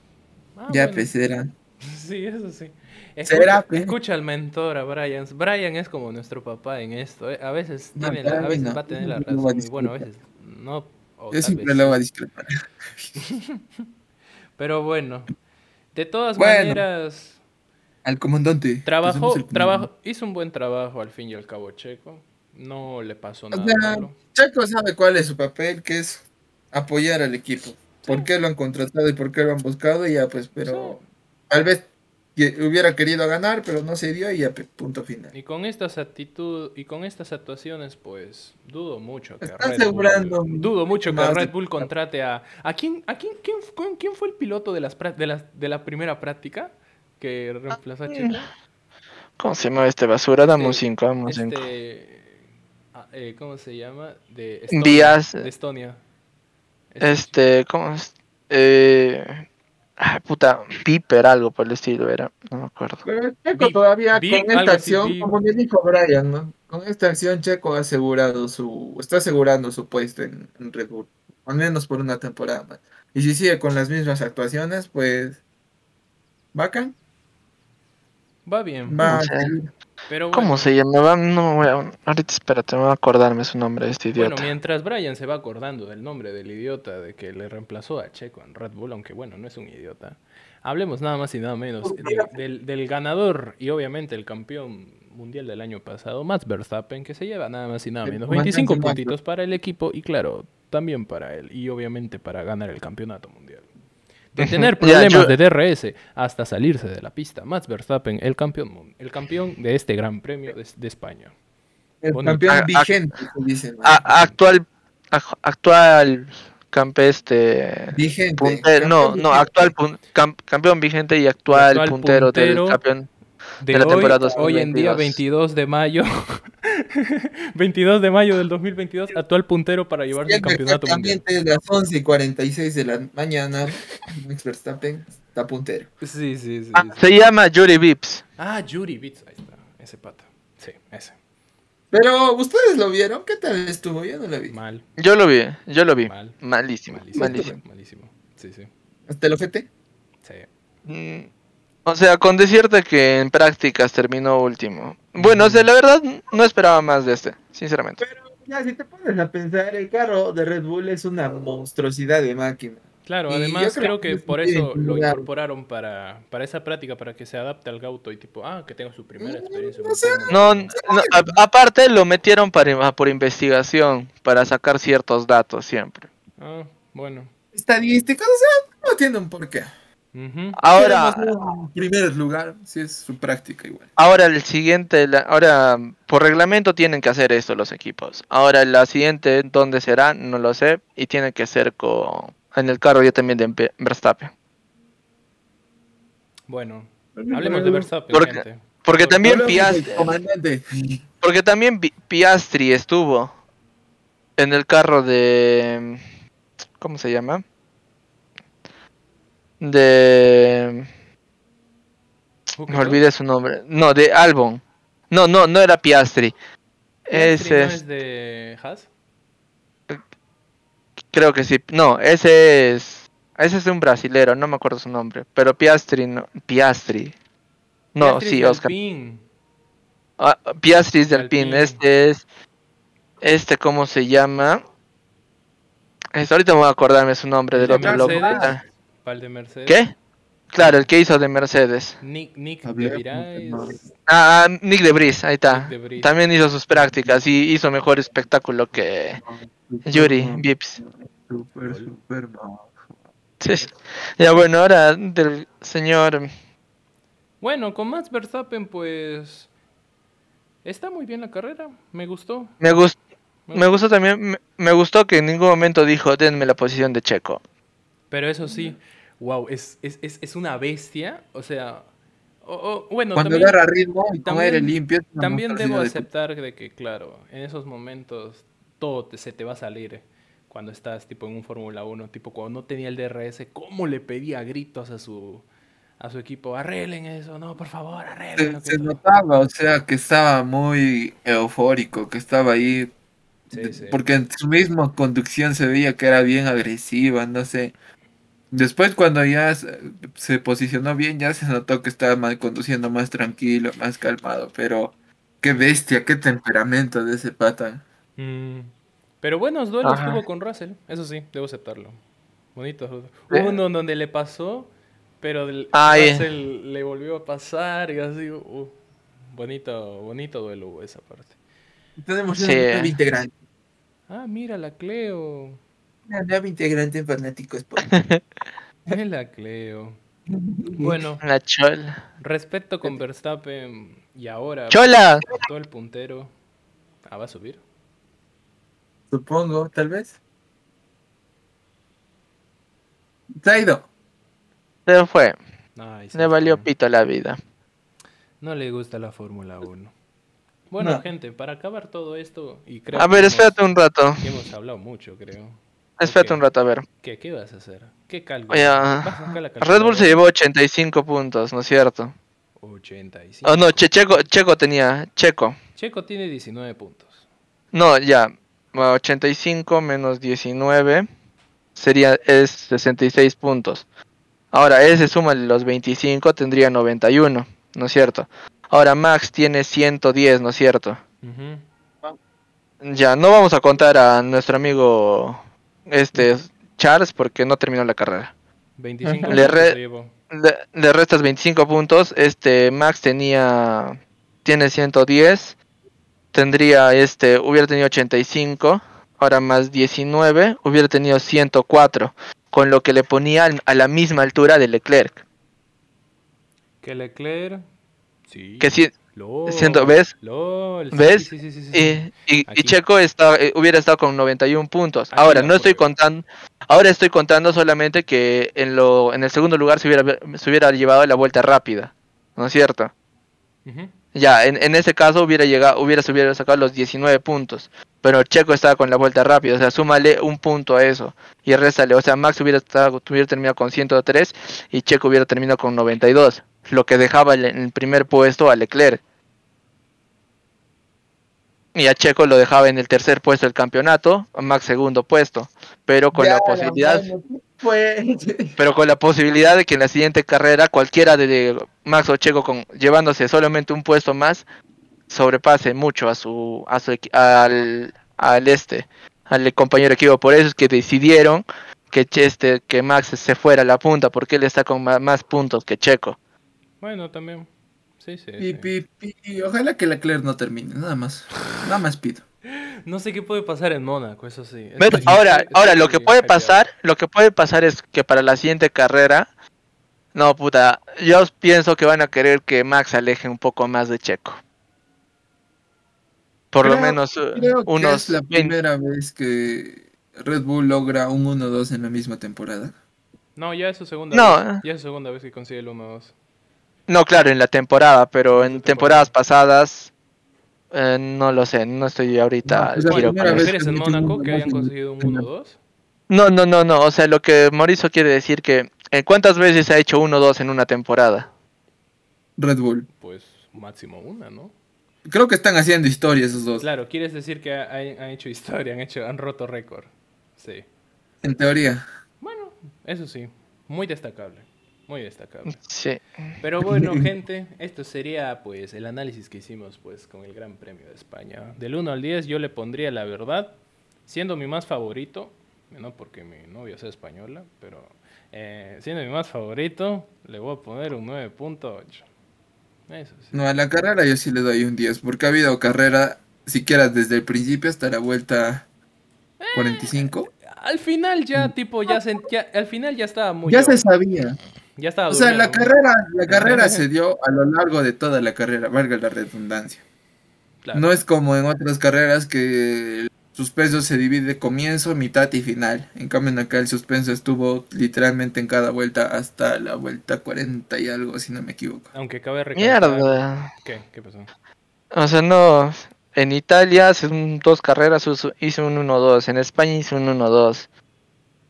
Speaker 3: Ah,
Speaker 2: Ya,
Speaker 3: bueno.
Speaker 2: pues era.
Speaker 3: Sí, eso sí.
Speaker 2: Será, pues.
Speaker 3: Escucha,
Speaker 2: pe.
Speaker 3: escucha al mentor, a Brian. Brian es como nuestro papá en esto. eh. A veces,
Speaker 2: No,
Speaker 3: tiene la-
Speaker 2: para
Speaker 3: a
Speaker 2: mí
Speaker 3: veces
Speaker 2: no.
Speaker 3: va a tener la
Speaker 2: No lo va a
Speaker 3: razón y bueno, a veces
Speaker 2: disfrutar.
Speaker 3: no. o
Speaker 2: Yo
Speaker 3: tal
Speaker 2: siempre
Speaker 3: vez
Speaker 2: lo
Speaker 3: sí.
Speaker 2: voy a discrepar.
Speaker 3: Pero bueno, de todas
Speaker 2: Bueno. Pues
Speaker 3: maneras,
Speaker 2: Al comandante.
Speaker 3: trabajó,
Speaker 2: Pasemos al comandante.
Speaker 3: trabajo, hizo un buen trabajo al fin y al cabo Checo. No le pasó
Speaker 2: O
Speaker 3: nada
Speaker 2: sea,
Speaker 3: malo.
Speaker 2: Checo sabe cuál es su papel, que es apoyar al equipo. ¿Por qué lo han contratado y por qué lo han buscado? Y ya, pues, pero
Speaker 3: Sí.
Speaker 2: tal vez que hubiera querido ganar, pero no se dio y ya, pe- punto final.
Speaker 3: Y con estas actitud y con estas actuaciones, pues dudo mucho que
Speaker 2: Están
Speaker 3: Red
Speaker 2: sembrando
Speaker 3: Bull, dudo mucho que
Speaker 2: más de-
Speaker 3: Red Bull contrate a a quién a quién quién, con- quién fue el piloto de las prá- de las de la primera práctica que reemplazó a Checo?
Speaker 1: ¿Cómo se llama este basura? Dame un
Speaker 3: Este,
Speaker 1: 5, dame un 5.
Speaker 3: Este ah, eh, ¿cómo se llama? De
Speaker 1: Díaz.
Speaker 3: de Estonia.
Speaker 1: Este, ¿cómo es? Eh, ah, puta, Piper, algo por el estilo era, no me acuerdo.
Speaker 2: Pero Checo
Speaker 3: Big-
Speaker 2: todavía
Speaker 3: Big,
Speaker 2: con
Speaker 3: algo
Speaker 2: esta
Speaker 3: así,
Speaker 2: acción,
Speaker 3: Big.
Speaker 2: como le dijo Brian, ¿no? Con esta acción Checo ha asegurado su, está asegurando su puesto en, en Red Bull, al menos por una temporada más. Y si sigue con las mismas actuaciones, pues bacán,
Speaker 3: Va bien.
Speaker 2: va a
Speaker 1: No sé.
Speaker 2: seguir.
Speaker 3: Pero bueno,
Speaker 1: ¿Cómo se llamaba? No me voy a... Ahorita espérate, me voy a acordarme su nombre de este
Speaker 3: bueno,
Speaker 1: idiota.
Speaker 3: mientras Brian se va acordando del nombre del idiota de que le reemplazó a Checo en Red Bull, aunque bueno, no es un idiota. Hablemos nada más y nada menos de- del, del ganador y obviamente el campeón mundial del año pasado, Max Verstappen, que se lleva nada más y nada
Speaker 2: El
Speaker 3: menos
Speaker 2: comandante
Speaker 3: 25
Speaker 2: Max.
Speaker 3: puntitos para el equipo y claro, también para él y obviamente para ganar el campeonato mundial. De
Speaker 1: Ujú.
Speaker 3: tener
Speaker 1: Ya,
Speaker 3: problemas
Speaker 1: yo-
Speaker 3: de DRS hasta salirse de la pista, Max Verstappen, el campeón, mun- el campeón de este gran premio de- de España.
Speaker 2: El
Speaker 3: Bonito.
Speaker 2: campeón
Speaker 1: Ah, ah,
Speaker 2: vigente, se dice, ¿no?
Speaker 1: A- actual, aj- actual campe este...
Speaker 2: vigente.
Speaker 1: puntero- no,
Speaker 2: campeón
Speaker 1: no,
Speaker 2: vigente.
Speaker 1: actual pun- cam- campeón vigente y actual,
Speaker 3: Actual
Speaker 1: puntero,
Speaker 3: puntero.
Speaker 1: del campeón.
Speaker 3: de,
Speaker 1: de la
Speaker 3: hoy,
Speaker 1: temporada
Speaker 3: hoy en día
Speaker 1: 2022.
Speaker 3: 22 de mayo 22 de mayo del 2022 actual puntero para llevarse el
Speaker 2: Siendo
Speaker 3: campeonato mundial
Speaker 2: exactamente las 11 y 46 de la mañana, Max Verstappen está puntero.
Speaker 3: sí sí sí,
Speaker 1: Ah,
Speaker 3: sí.
Speaker 1: se llama Yuri Vips.
Speaker 3: ah Yuri Bits ahí está ese pata sí ese
Speaker 2: Pero, ¿ustedes lo vieron? ¿Qué tal estuvo? Yo no lo vi.
Speaker 3: mal
Speaker 1: Yo lo vi, yo lo vi.
Speaker 3: Mal.
Speaker 1: Malísimo,
Speaker 3: malísimo
Speaker 1: malísimo.
Speaker 3: malísimo, sí sí
Speaker 2: ¿Hasta el ojete?
Speaker 3: sí
Speaker 1: Mm, O sea, con decirte que en prácticas terminó último. Bueno, o sea, la verdad no esperaba más de este, sinceramente.
Speaker 2: Ya, si te pones a pensar, el carro de Red Bull es una monstruosidad de máquina.
Speaker 3: claro
Speaker 2: Y
Speaker 3: además
Speaker 2: yo creo
Speaker 3: creo,
Speaker 2: que
Speaker 3: que
Speaker 2: sí
Speaker 3: por
Speaker 2: tiene
Speaker 3: eso
Speaker 2: que
Speaker 3: lo
Speaker 2: jugar.
Speaker 3: incorporaron para, para esa práctica para que se adapte al gauto y tipo ah que tenga su primera
Speaker 2: Mm,
Speaker 3: experiencia
Speaker 2: no
Speaker 3: con
Speaker 2: sé.
Speaker 3: Fórmula
Speaker 1: No,
Speaker 3: Uno.
Speaker 1: no, a- aparte lo metieron para, por investigación, para sacar ciertos datos siempre.
Speaker 3: ah bueno
Speaker 2: Estadísticas, o sea, no tienen por qué.
Speaker 3: Ujú.
Speaker 1: Ahora,
Speaker 2: Quiero más un primer lugar, si es su práctica igual.
Speaker 1: ahora el siguiente, la- ahora por reglamento tienen que hacer esto los equipos. Ahora la siguiente, ¿dónde será? No lo sé. Y tiene que ser con, en el carro yo también de Empe- Verstappen.
Speaker 3: bueno hablemos de Verstappen
Speaker 1: Porque-
Speaker 3: gente.
Speaker 1: Porque
Speaker 3: Porque
Speaker 1: también
Speaker 2: Hablamos del
Speaker 1: Piastri,
Speaker 2: Comandante.
Speaker 1: porque también Pi- Piastri estuvo en el carro de, ¿cómo se llama? De
Speaker 3: Hucketo.
Speaker 1: Me olvidé su nombre. No, de Albon. No, no, no era Piastri.
Speaker 3: Piastri
Speaker 1: Ese
Speaker 3: no
Speaker 1: es, este,
Speaker 3: es de Haas?
Speaker 1: creo que sí. No, ese es. Ese es un brasilero, no me acuerdo su nombre. Pero Piastri no. Piastri. No,
Speaker 3: Piastri
Speaker 1: sí,
Speaker 3: es de
Speaker 1: Oscar.
Speaker 3: Alpine.
Speaker 1: Ah, Piastri es de
Speaker 3: De
Speaker 1: Alpine.
Speaker 3: Alpine.
Speaker 1: Este es. Este, ¿cómo se llama? Es- ahorita me voy a acordarme su nombre
Speaker 3: El
Speaker 1: del
Speaker 3: de
Speaker 1: otro loco.
Speaker 3: Mercedes.
Speaker 1: Ah,
Speaker 3: Pal de Mercedes.
Speaker 1: ¿Qué? Claro, el que hizo de Mercedes.
Speaker 3: Nick, Nick de
Speaker 2: Hablemos
Speaker 3: Virais.
Speaker 2: de
Speaker 1: Ah, ah, Nick de Bris, ahí está.
Speaker 3: Nick de Vries.
Speaker 1: También hizo sus prácticas y hizo mejor espectáculo que Yuri Vips.
Speaker 2: Super, super, no.
Speaker 1: Sí, sí. Ya bueno, ahora del señor.
Speaker 3: Bueno, con Max Verstappen, pues. Está muy bien la carrera. Me gustó.
Speaker 1: Me, gust- me gustó también. Me, me gustó que en ningún momento dijo, denme la posición de Checo.
Speaker 3: Pero eso sí, wow, es, es, es, es una bestia. O sea. o- o- bueno,
Speaker 2: Cuando
Speaker 3: también,
Speaker 2: agarra ritmo y con
Speaker 3: también-
Speaker 2: aire limpio. es una
Speaker 3: también debo
Speaker 2: monstruosidad de-
Speaker 3: aceptar de que, claro, en esos momentos todo te- se te va a salir. Cuando estás tipo en un Fórmula 1, tipo cuando no tenía el DRS, ¿cómo le pedía a gritos a su, a su equipo? Arreglen eso, no, por favor, arreglen.
Speaker 2: Se, se notaba, o sea, que estaba muy eufórico, que estaba ahí De- Porque en su misma conducción se veía que era bien agresiva, no sé. Después cuando ya se, se posicionó bien, ya se notó que estaba mal conduciendo más tranquilo, más calmado, pero qué bestia, qué temperamento de ese pata.
Speaker 3: Mm, Pero buenos duelos
Speaker 1: Ajá.
Speaker 3: tuvo con Russell, eso sí, debo aceptarlo. Bonitos. duelos.
Speaker 1: Sí. Ah,
Speaker 3: Hubo Uno donde le pasó, pero del-
Speaker 1: Ay.
Speaker 3: Russell le volvió a pasar y así. uh, bonito, bonito duelo hubo esa parte.
Speaker 2: Tenemos
Speaker 1: Sí.
Speaker 2: una nueva integrante,
Speaker 3: Ah, mira la Cleo.
Speaker 2: una nueva integrante en Fanáticos.
Speaker 3: Mira la Cleo. Bueno,
Speaker 1: La chola.
Speaker 3: respeto con Verstappen y ahora
Speaker 1: ¡Chola!
Speaker 3: todo el puntero. Ah, va a subir.
Speaker 2: Supongo, tal vez. Se ha ido.
Speaker 1: Se fue.
Speaker 3: Ay, sí,
Speaker 1: Le valió
Speaker 3: sí.
Speaker 1: pito la vida.
Speaker 3: No le gusta la Fórmula 1. Bueno,
Speaker 2: No.
Speaker 3: gente, para acabar todo esto y creo
Speaker 1: A
Speaker 3: que
Speaker 1: ver,
Speaker 3: hemos-
Speaker 1: espérate un rato.
Speaker 3: que hemos hablado mucho, creo.
Speaker 1: Espérate
Speaker 3: Ok.
Speaker 1: un rato, a ver.
Speaker 3: ¿Qué, qué vas a hacer? ¿Qué cálculo?
Speaker 1: Oye, ah,
Speaker 3: ¿Vas a sacar la
Speaker 1: Red Bull
Speaker 3: calculadora?
Speaker 1: se llevó 85 puntos, ¿no es cierto?
Speaker 3: 85.
Speaker 1: Oh, no, Che- Checo, Checo tenía. Checo.
Speaker 3: Checo tiene 19 puntos.
Speaker 1: No, ya. Bueno, 85 menos 19 sería, es 66 puntos. Ahora, a ese suma los 25, tendría 91, ¿no es cierto? Ahora, Max tiene 110, ¿no es cierto?
Speaker 3: Ujú.
Speaker 1: Ya, no vamos a contar a nuestro amigo este Charles porque no terminó la carrera.
Speaker 3: 25
Speaker 1: Le
Speaker 3: puntos
Speaker 1: re-
Speaker 3: se llevó.
Speaker 1: Le, le restas 25 puntos. Este Max tenía tiene 110. Tendría este hubiera tenido 85, ahora más 19, hubiera tenido 104, con lo que le ponía al- a la misma altura de Leclerc.
Speaker 3: Que Leclerc. Sí.
Speaker 1: Que sí,
Speaker 3: LOL.
Speaker 1: siento- ¿ves?
Speaker 3: LOL. sí,
Speaker 1: ¿Ves?
Speaker 3: Sí, sí, sí, sí, sí.
Speaker 1: y, y- y
Speaker 3: Aquí.
Speaker 1: Checo está- eh, hubiera estado con 91 puntos.
Speaker 3: Aquí
Speaker 1: ahora
Speaker 3: la
Speaker 1: no estoy
Speaker 3: juego.
Speaker 1: contando, ahora estoy contando solamente que en lo en el segundo lugar se hubiera se hubiera llevado la vuelta rápida, ¿no es cierto?
Speaker 3: Ujú.
Speaker 1: Ya, en, en ese caso hubiera llegado, hubiera, se hubiera sacado los 19 puntos. Pero Checo estaba con la vuelta rápida, o sea, súmale un punto a eso. Y réstale, o sea, Max hubiera, estado, hubiera terminado con 103 y Checo hubiera terminado con 92. Lo que dejaba en el primer puesto a Leclerc. Y a Checo lo dejaba en el tercer puesto del campeonato, a Max segundo puesto. Pero con la posibilidad
Speaker 2: Pues,
Speaker 1: pero con la posibilidad de que en la siguiente carrera cualquiera de- de Max o Checo con, llevándose solamente un puesto más sobrepase mucho a su, a su equi- al, al este al compañero equipo por eso es que decidieron que Che- este que Max se fuera a la punta porque él está con ma- más, puntos que Checo
Speaker 3: Bueno, también. Sí, sí.
Speaker 2: Pi,
Speaker 3: sí.
Speaker 2: pi, pi. Ojalá que Leclerc no termine, nada más. Nada más pido.
Speaker 3: No sé qué puede pasar en Mónaco, eso sí. Eso
Speaker 1: Pero
Speaker 3: sí,
Speaker 1: ahora
Speaker 3: estoy-
Speaker 1: ahora lo
Speaker 3: estoy
Speaker 1: que puede
Speaker 3: hypeado.
Speaker 1: pasar lo que puede pasar es que para la siguiente carrera no puta yo pienso que van a querer que Max se aleje un poco más de Checo por lo
Speaker 2: Creo-
Speaker 1: menos eh,
Speaker 2: Creo que
Speaker 1: unos
Speaker 2: es la
Speaker 1: 20.
Speaker 2: primera vez que Red Bull logra un 1-2 en la misma temporada.
Speaker 3: No, ya es su segunda
Speaker 1: No.
Speaker 3: vez. Ya es su segunda vez que consigue el 1-2.
Speaker 1: No, claro, en la temporada, pero
Speaker 3: En
Speaker 1: en
Speaker 3: esta temporada.
Speaker 1: temporadas pasadas eh, no lo sé, no estoy ahorita
Speaker 2: No,
Speaker 1: al
Speaker 2: pues la
Speaker 1: tiro
Speaker 3: Bueno,
Speaker 1: con
Speaker 3: ¿te
Speaker 2: primera
Speaker 1: eso.
Speaker 2: vez
Speaker 3: refieres
Speaker 2: que
Speaker 3: en
Speaker 2: meten
Speaker 3: Mónaco
Speaker 2: un
Speaker 3: que hayan
Speaker 2: golazo en-
Speaker 3: conseguido un 1-2?
Speaker 1: No, no, no, no, o sea, lo que Mauricio quiere decir que ¿en cuántas veces ha hecho 1-2 en una temporada?
Speaker 2: Red Bull.
Speaker 3: Pues máximo una, ¿no?
Speaker 2: Creo que están haciendo historia esos dos.
Speaker 3: Claro, quieres decir que ha- hay- han hecho historia, han hecho, han roto récord. Sí.
Speaker 2: En teoría.
Speaker 3: Bueno, eso sí, muy destacable, muy destacable.
Speaker 1: Sí.
Speaker 3: Pero bueno, gente, esto sería pues el análisis que hicimos pues con el Gran Premio de España. Del 1 al 10 yo le pondría la verdad, siendo mi más favorito, no porque mi novia sea española, pero eh, siendo mi más favorito, le voy a poner un 9.8. Eso sí.
Speaker 2: No, a la carrera yo sí le doy un 10, porque ha habido carrera, siquiera desde el principio hasta la vuelta Eh, 45.
Speaker 3: Al final ya, tipo, ya, se- ya- al final ya estaba muy...
Speaker 2: Mm. Ya se sabía.
Speaker 3: ya estaba
Speaker 2: O sea, la
Speaker 3: durmiendo.
Speaker 2: carrera, la carrera se dio a lo largo de toda la carrera, valga la redundancia.
Speaker 3: Claro.
Speaker 2: No es como en otras carreras que el suspenso se divide comienzo, mitad y final. En cambio, en acá el suspenso estuvo literalmente en cada vuelta hasta la vuelta 40 y algo, si no me equivoco.
Speaker 3: Aunque cabe recalcar...
Speaker 1: Mierda.
Speaker 3: ¿Qué? ¿Qué pasó?
Speaker 1: O sea, no. En Italia hace un- dos carreras hizo- hizo un 1-2, en España hizo un 1-2.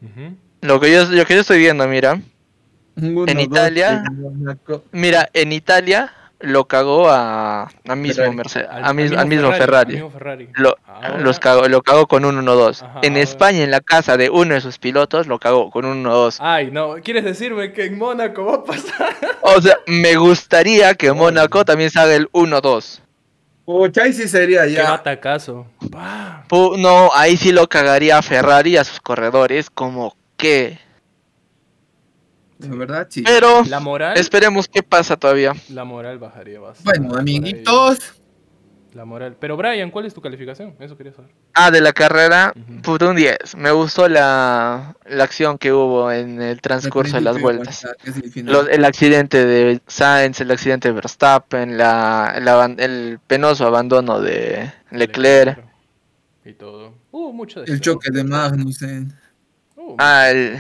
Speaker 3: Ujú.
Speaker 1: Lo que yo, lo que yo estoy viendo, mira.
Speaker 2: Uno, dos,
Speaker 1: Italia,
Speaker 2: en Mónaco.
Speaker 1: Mira, en Italia lo cagó a, a mismo
Speaker 2: Ferrari.
Speaker 1: Mercedes,
Speaker 3: Al,
Speaker 1: a,
Speaker 3: al
Speaker 1: mis- al mismo Ferrari.
Speaker 3: al mismo Ferrari. Ah,
Speaker 1: Lo,
Speaker 3: Ahora-
Speaker 1: los cagó- lo cagó con un 1-2.
Speaker 3: Ajá,
Speaker 1: en
Speaker 3: ahora-
Speaker 1: España, en la casa de uno de sus pilotos, lo cagó con un 1-2.
Speaker 3: Ay, no, ¿quieres decirme que en Mónaco va a pasar?
Speaker 1: O sea, me gustaría que Mónaco también salga el 1-2.
Speaker 2: Pucha, ahí sí sería
Speaker 3: Qué
Speaker 2: ya.
Speaker 3: batacazo. Pa.
Speaker 1: Pu- No, ahí sí lo cagaría a Ferrari y a sus corredores, como que.
Speaker 2: La verdad, sí.
Speaker 1: Pero
Speaker 3: La moral,
Speaker 1: esperemos qué pasa todavía.
Speaker 3: la moral bajaría bastante.
Speaker 2: Este- Bueno,
Speaker 3: por ahí.
Speaker 2: amiguitos,
Speaker 3: La moral. Pero Brian, ¿cuál es tu calificación? Eso quería saber.
Speaker 1: Ah, de la carrera,
Speaker 3: Ujú.
Speaker 1: puta, un 10. Me gustó la, la acción que hubo en el transcurso de las vueltas. Lo- el accidente de Sainz, el accidente de Verstappen, la, el aban- el penoso abandono de Leclerc.
Speaker 3: Y todo. Hubo mucho Uh, de
Speaker 2: El
Speaker 3: esto.
Speaker 2: choque de Magnussen.
Speaker 3: Hubo,
Speaker 1: Ah, el,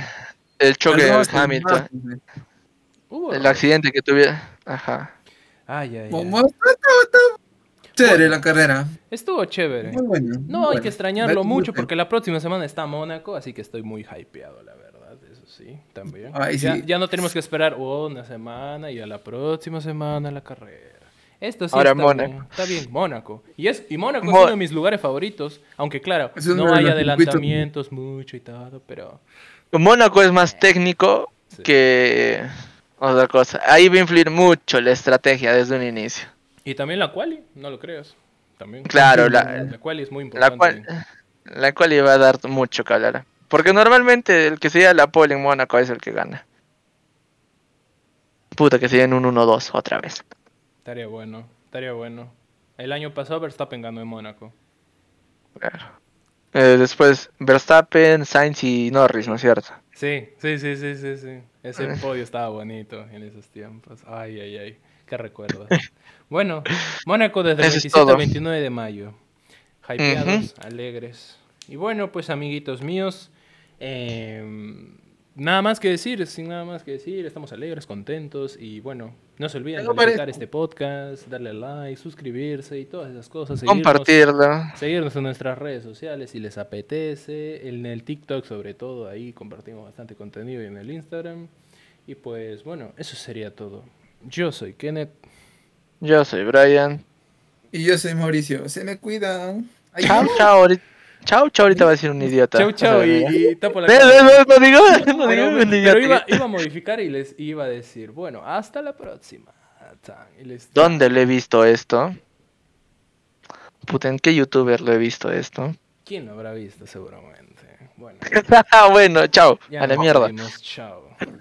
Speaker 1: el choque
Speaker 2: Perdón,
Speaker 1: de
Speaker 3: este
Speaker 1: Hamilton.
Speaker 2: Magnussen. Ah,
Speaker 3: hubo-
Speaker 1: El accidente que tuviera. Ajá.
Speaker 3: uh, Ay, ay, ay.
Speaker 2: Como- está- está Chévere la carrera.
Speaker 3: Estuvo chévere.
Speaker 2: Muy bueno. muy
Speaker 3: No, hay
Speaker 2: bueno.
Speaker 3: que extrañarlo
Speaker 2: Me-
Speaker 3: mucho porque la próxima semana está Mónaco, así que estoy muy hypeado, la verdad. Eso sí, también.
Speaker 2: Ay,
Speaker 3: ya,
Speaker 2: sí.
Speaker 3: ya no tenemos que esperar una semana y a la próxima semana la carrera. Esto sí
Speaker 1: Ahora
Speaker 3: está
Speaker 1: Mónaco.
Speaker 3: bien, está bien, Mónaco. Y, es, y Mónaco
Speaker 1: Mo-
Speaker 3: es uno de mis lugares favoritos, aunque claro,
Speaker 2: Es uno
Speaker 3: no
Speaker 2: de
Speaker 3: hay
Speaker 2: los circuitos-
Speaker 3: adelantamientos mucho y todo, pero...
Speaker 1: Mónaco es más técnico
Speaker 3: Sí.
Speaker 1: que otra cosa. Ahí va a influir mucho la estrategia desde un inicio.
Speaker 3: Y también la quali, no lo creas. También.
Speaker 1: Claro,
Speaker 3: la,
Speaker 1: la-
Speaker 3: quali es muy importante.
Speaker 1: La cual, la cual iba a dar mucho que hablar. Porque normalmente el que se lleva la pole en Mónaco es el que gana. Puta, que se lleven un 1-2 otra vez.
Speaker 3: Estaría bueno, estaría bueno. El año pasado Verstappen ganó en Mónaco.
Speaker 1: Claro. Eh, después, Verstappen, Sainz y Norris, ¿no es cierto?
Speaker 3: Sí, sí, sí, sí, sí, sí. Ese podio estaba bonito en esos tiempos. Ay, ay, ay. Qué recuerdo. Bueno, Mónaco desde el
Speaker 1: Eso es
Speaker 3: 27 al
Speaker 1: todo.
Speaker 3: 29 de mayo. Hypeados, alegres. Y bueno, pues amiguitos míos, em, nada más que decir, sin nada más que decir, estamos alegres, contentos y bueno, no se olviden de
Speaker 2: Algo
Speaker 3: visitar
Speaker 2: parecido.
Speaker 3: este podcast, darle like, suscribirse y todas esas cosas. seguirnos.
Speaker 1: Compartirlo.
Speaker 3: Seguirnos en nuestras redes sociales si les apetece, en el TikTok sobre todo, ahí compartimos bastante contenido y en el Instagram. Y pues bueno, eso sería todo. Yo soy Kenneth.
Speaker 1: Yo soy Brian.
Speaker 2: Y yo soy Mauricio. Se me cuidan. Ay,
Speaker 1: Chao, chao. ahori- Chao, chao. Ahorita va a decir un idiota.
Speaker 3: Chau, chau y, y tapo la
Speaker 1: No,
Speaker 3: cámara.
Speaker 1: no, no, no digo, no digo
Speaker 3: Pero,
Speaker 1: un
Speaker 3: pero
Speaker 1: idiota.
Speaker 3: iba, iba a modificar y les iba a decir, bueno, hasta la próxima. Tan, y les-
Speaker 1: ¿Dónde lo he visto esto? Puta, ¿en qué youtuber lo he visto esto?
Speaker 3: ¿Quién lo habrá visto seguramente? Bueno,
Speaker 1: Ah, bueno, chao.
Speaker 3: ya
Speaker 1: a la
Speaker 3: nos
Speaker 1: mierda.
Speaker 3: despedimos, Chao.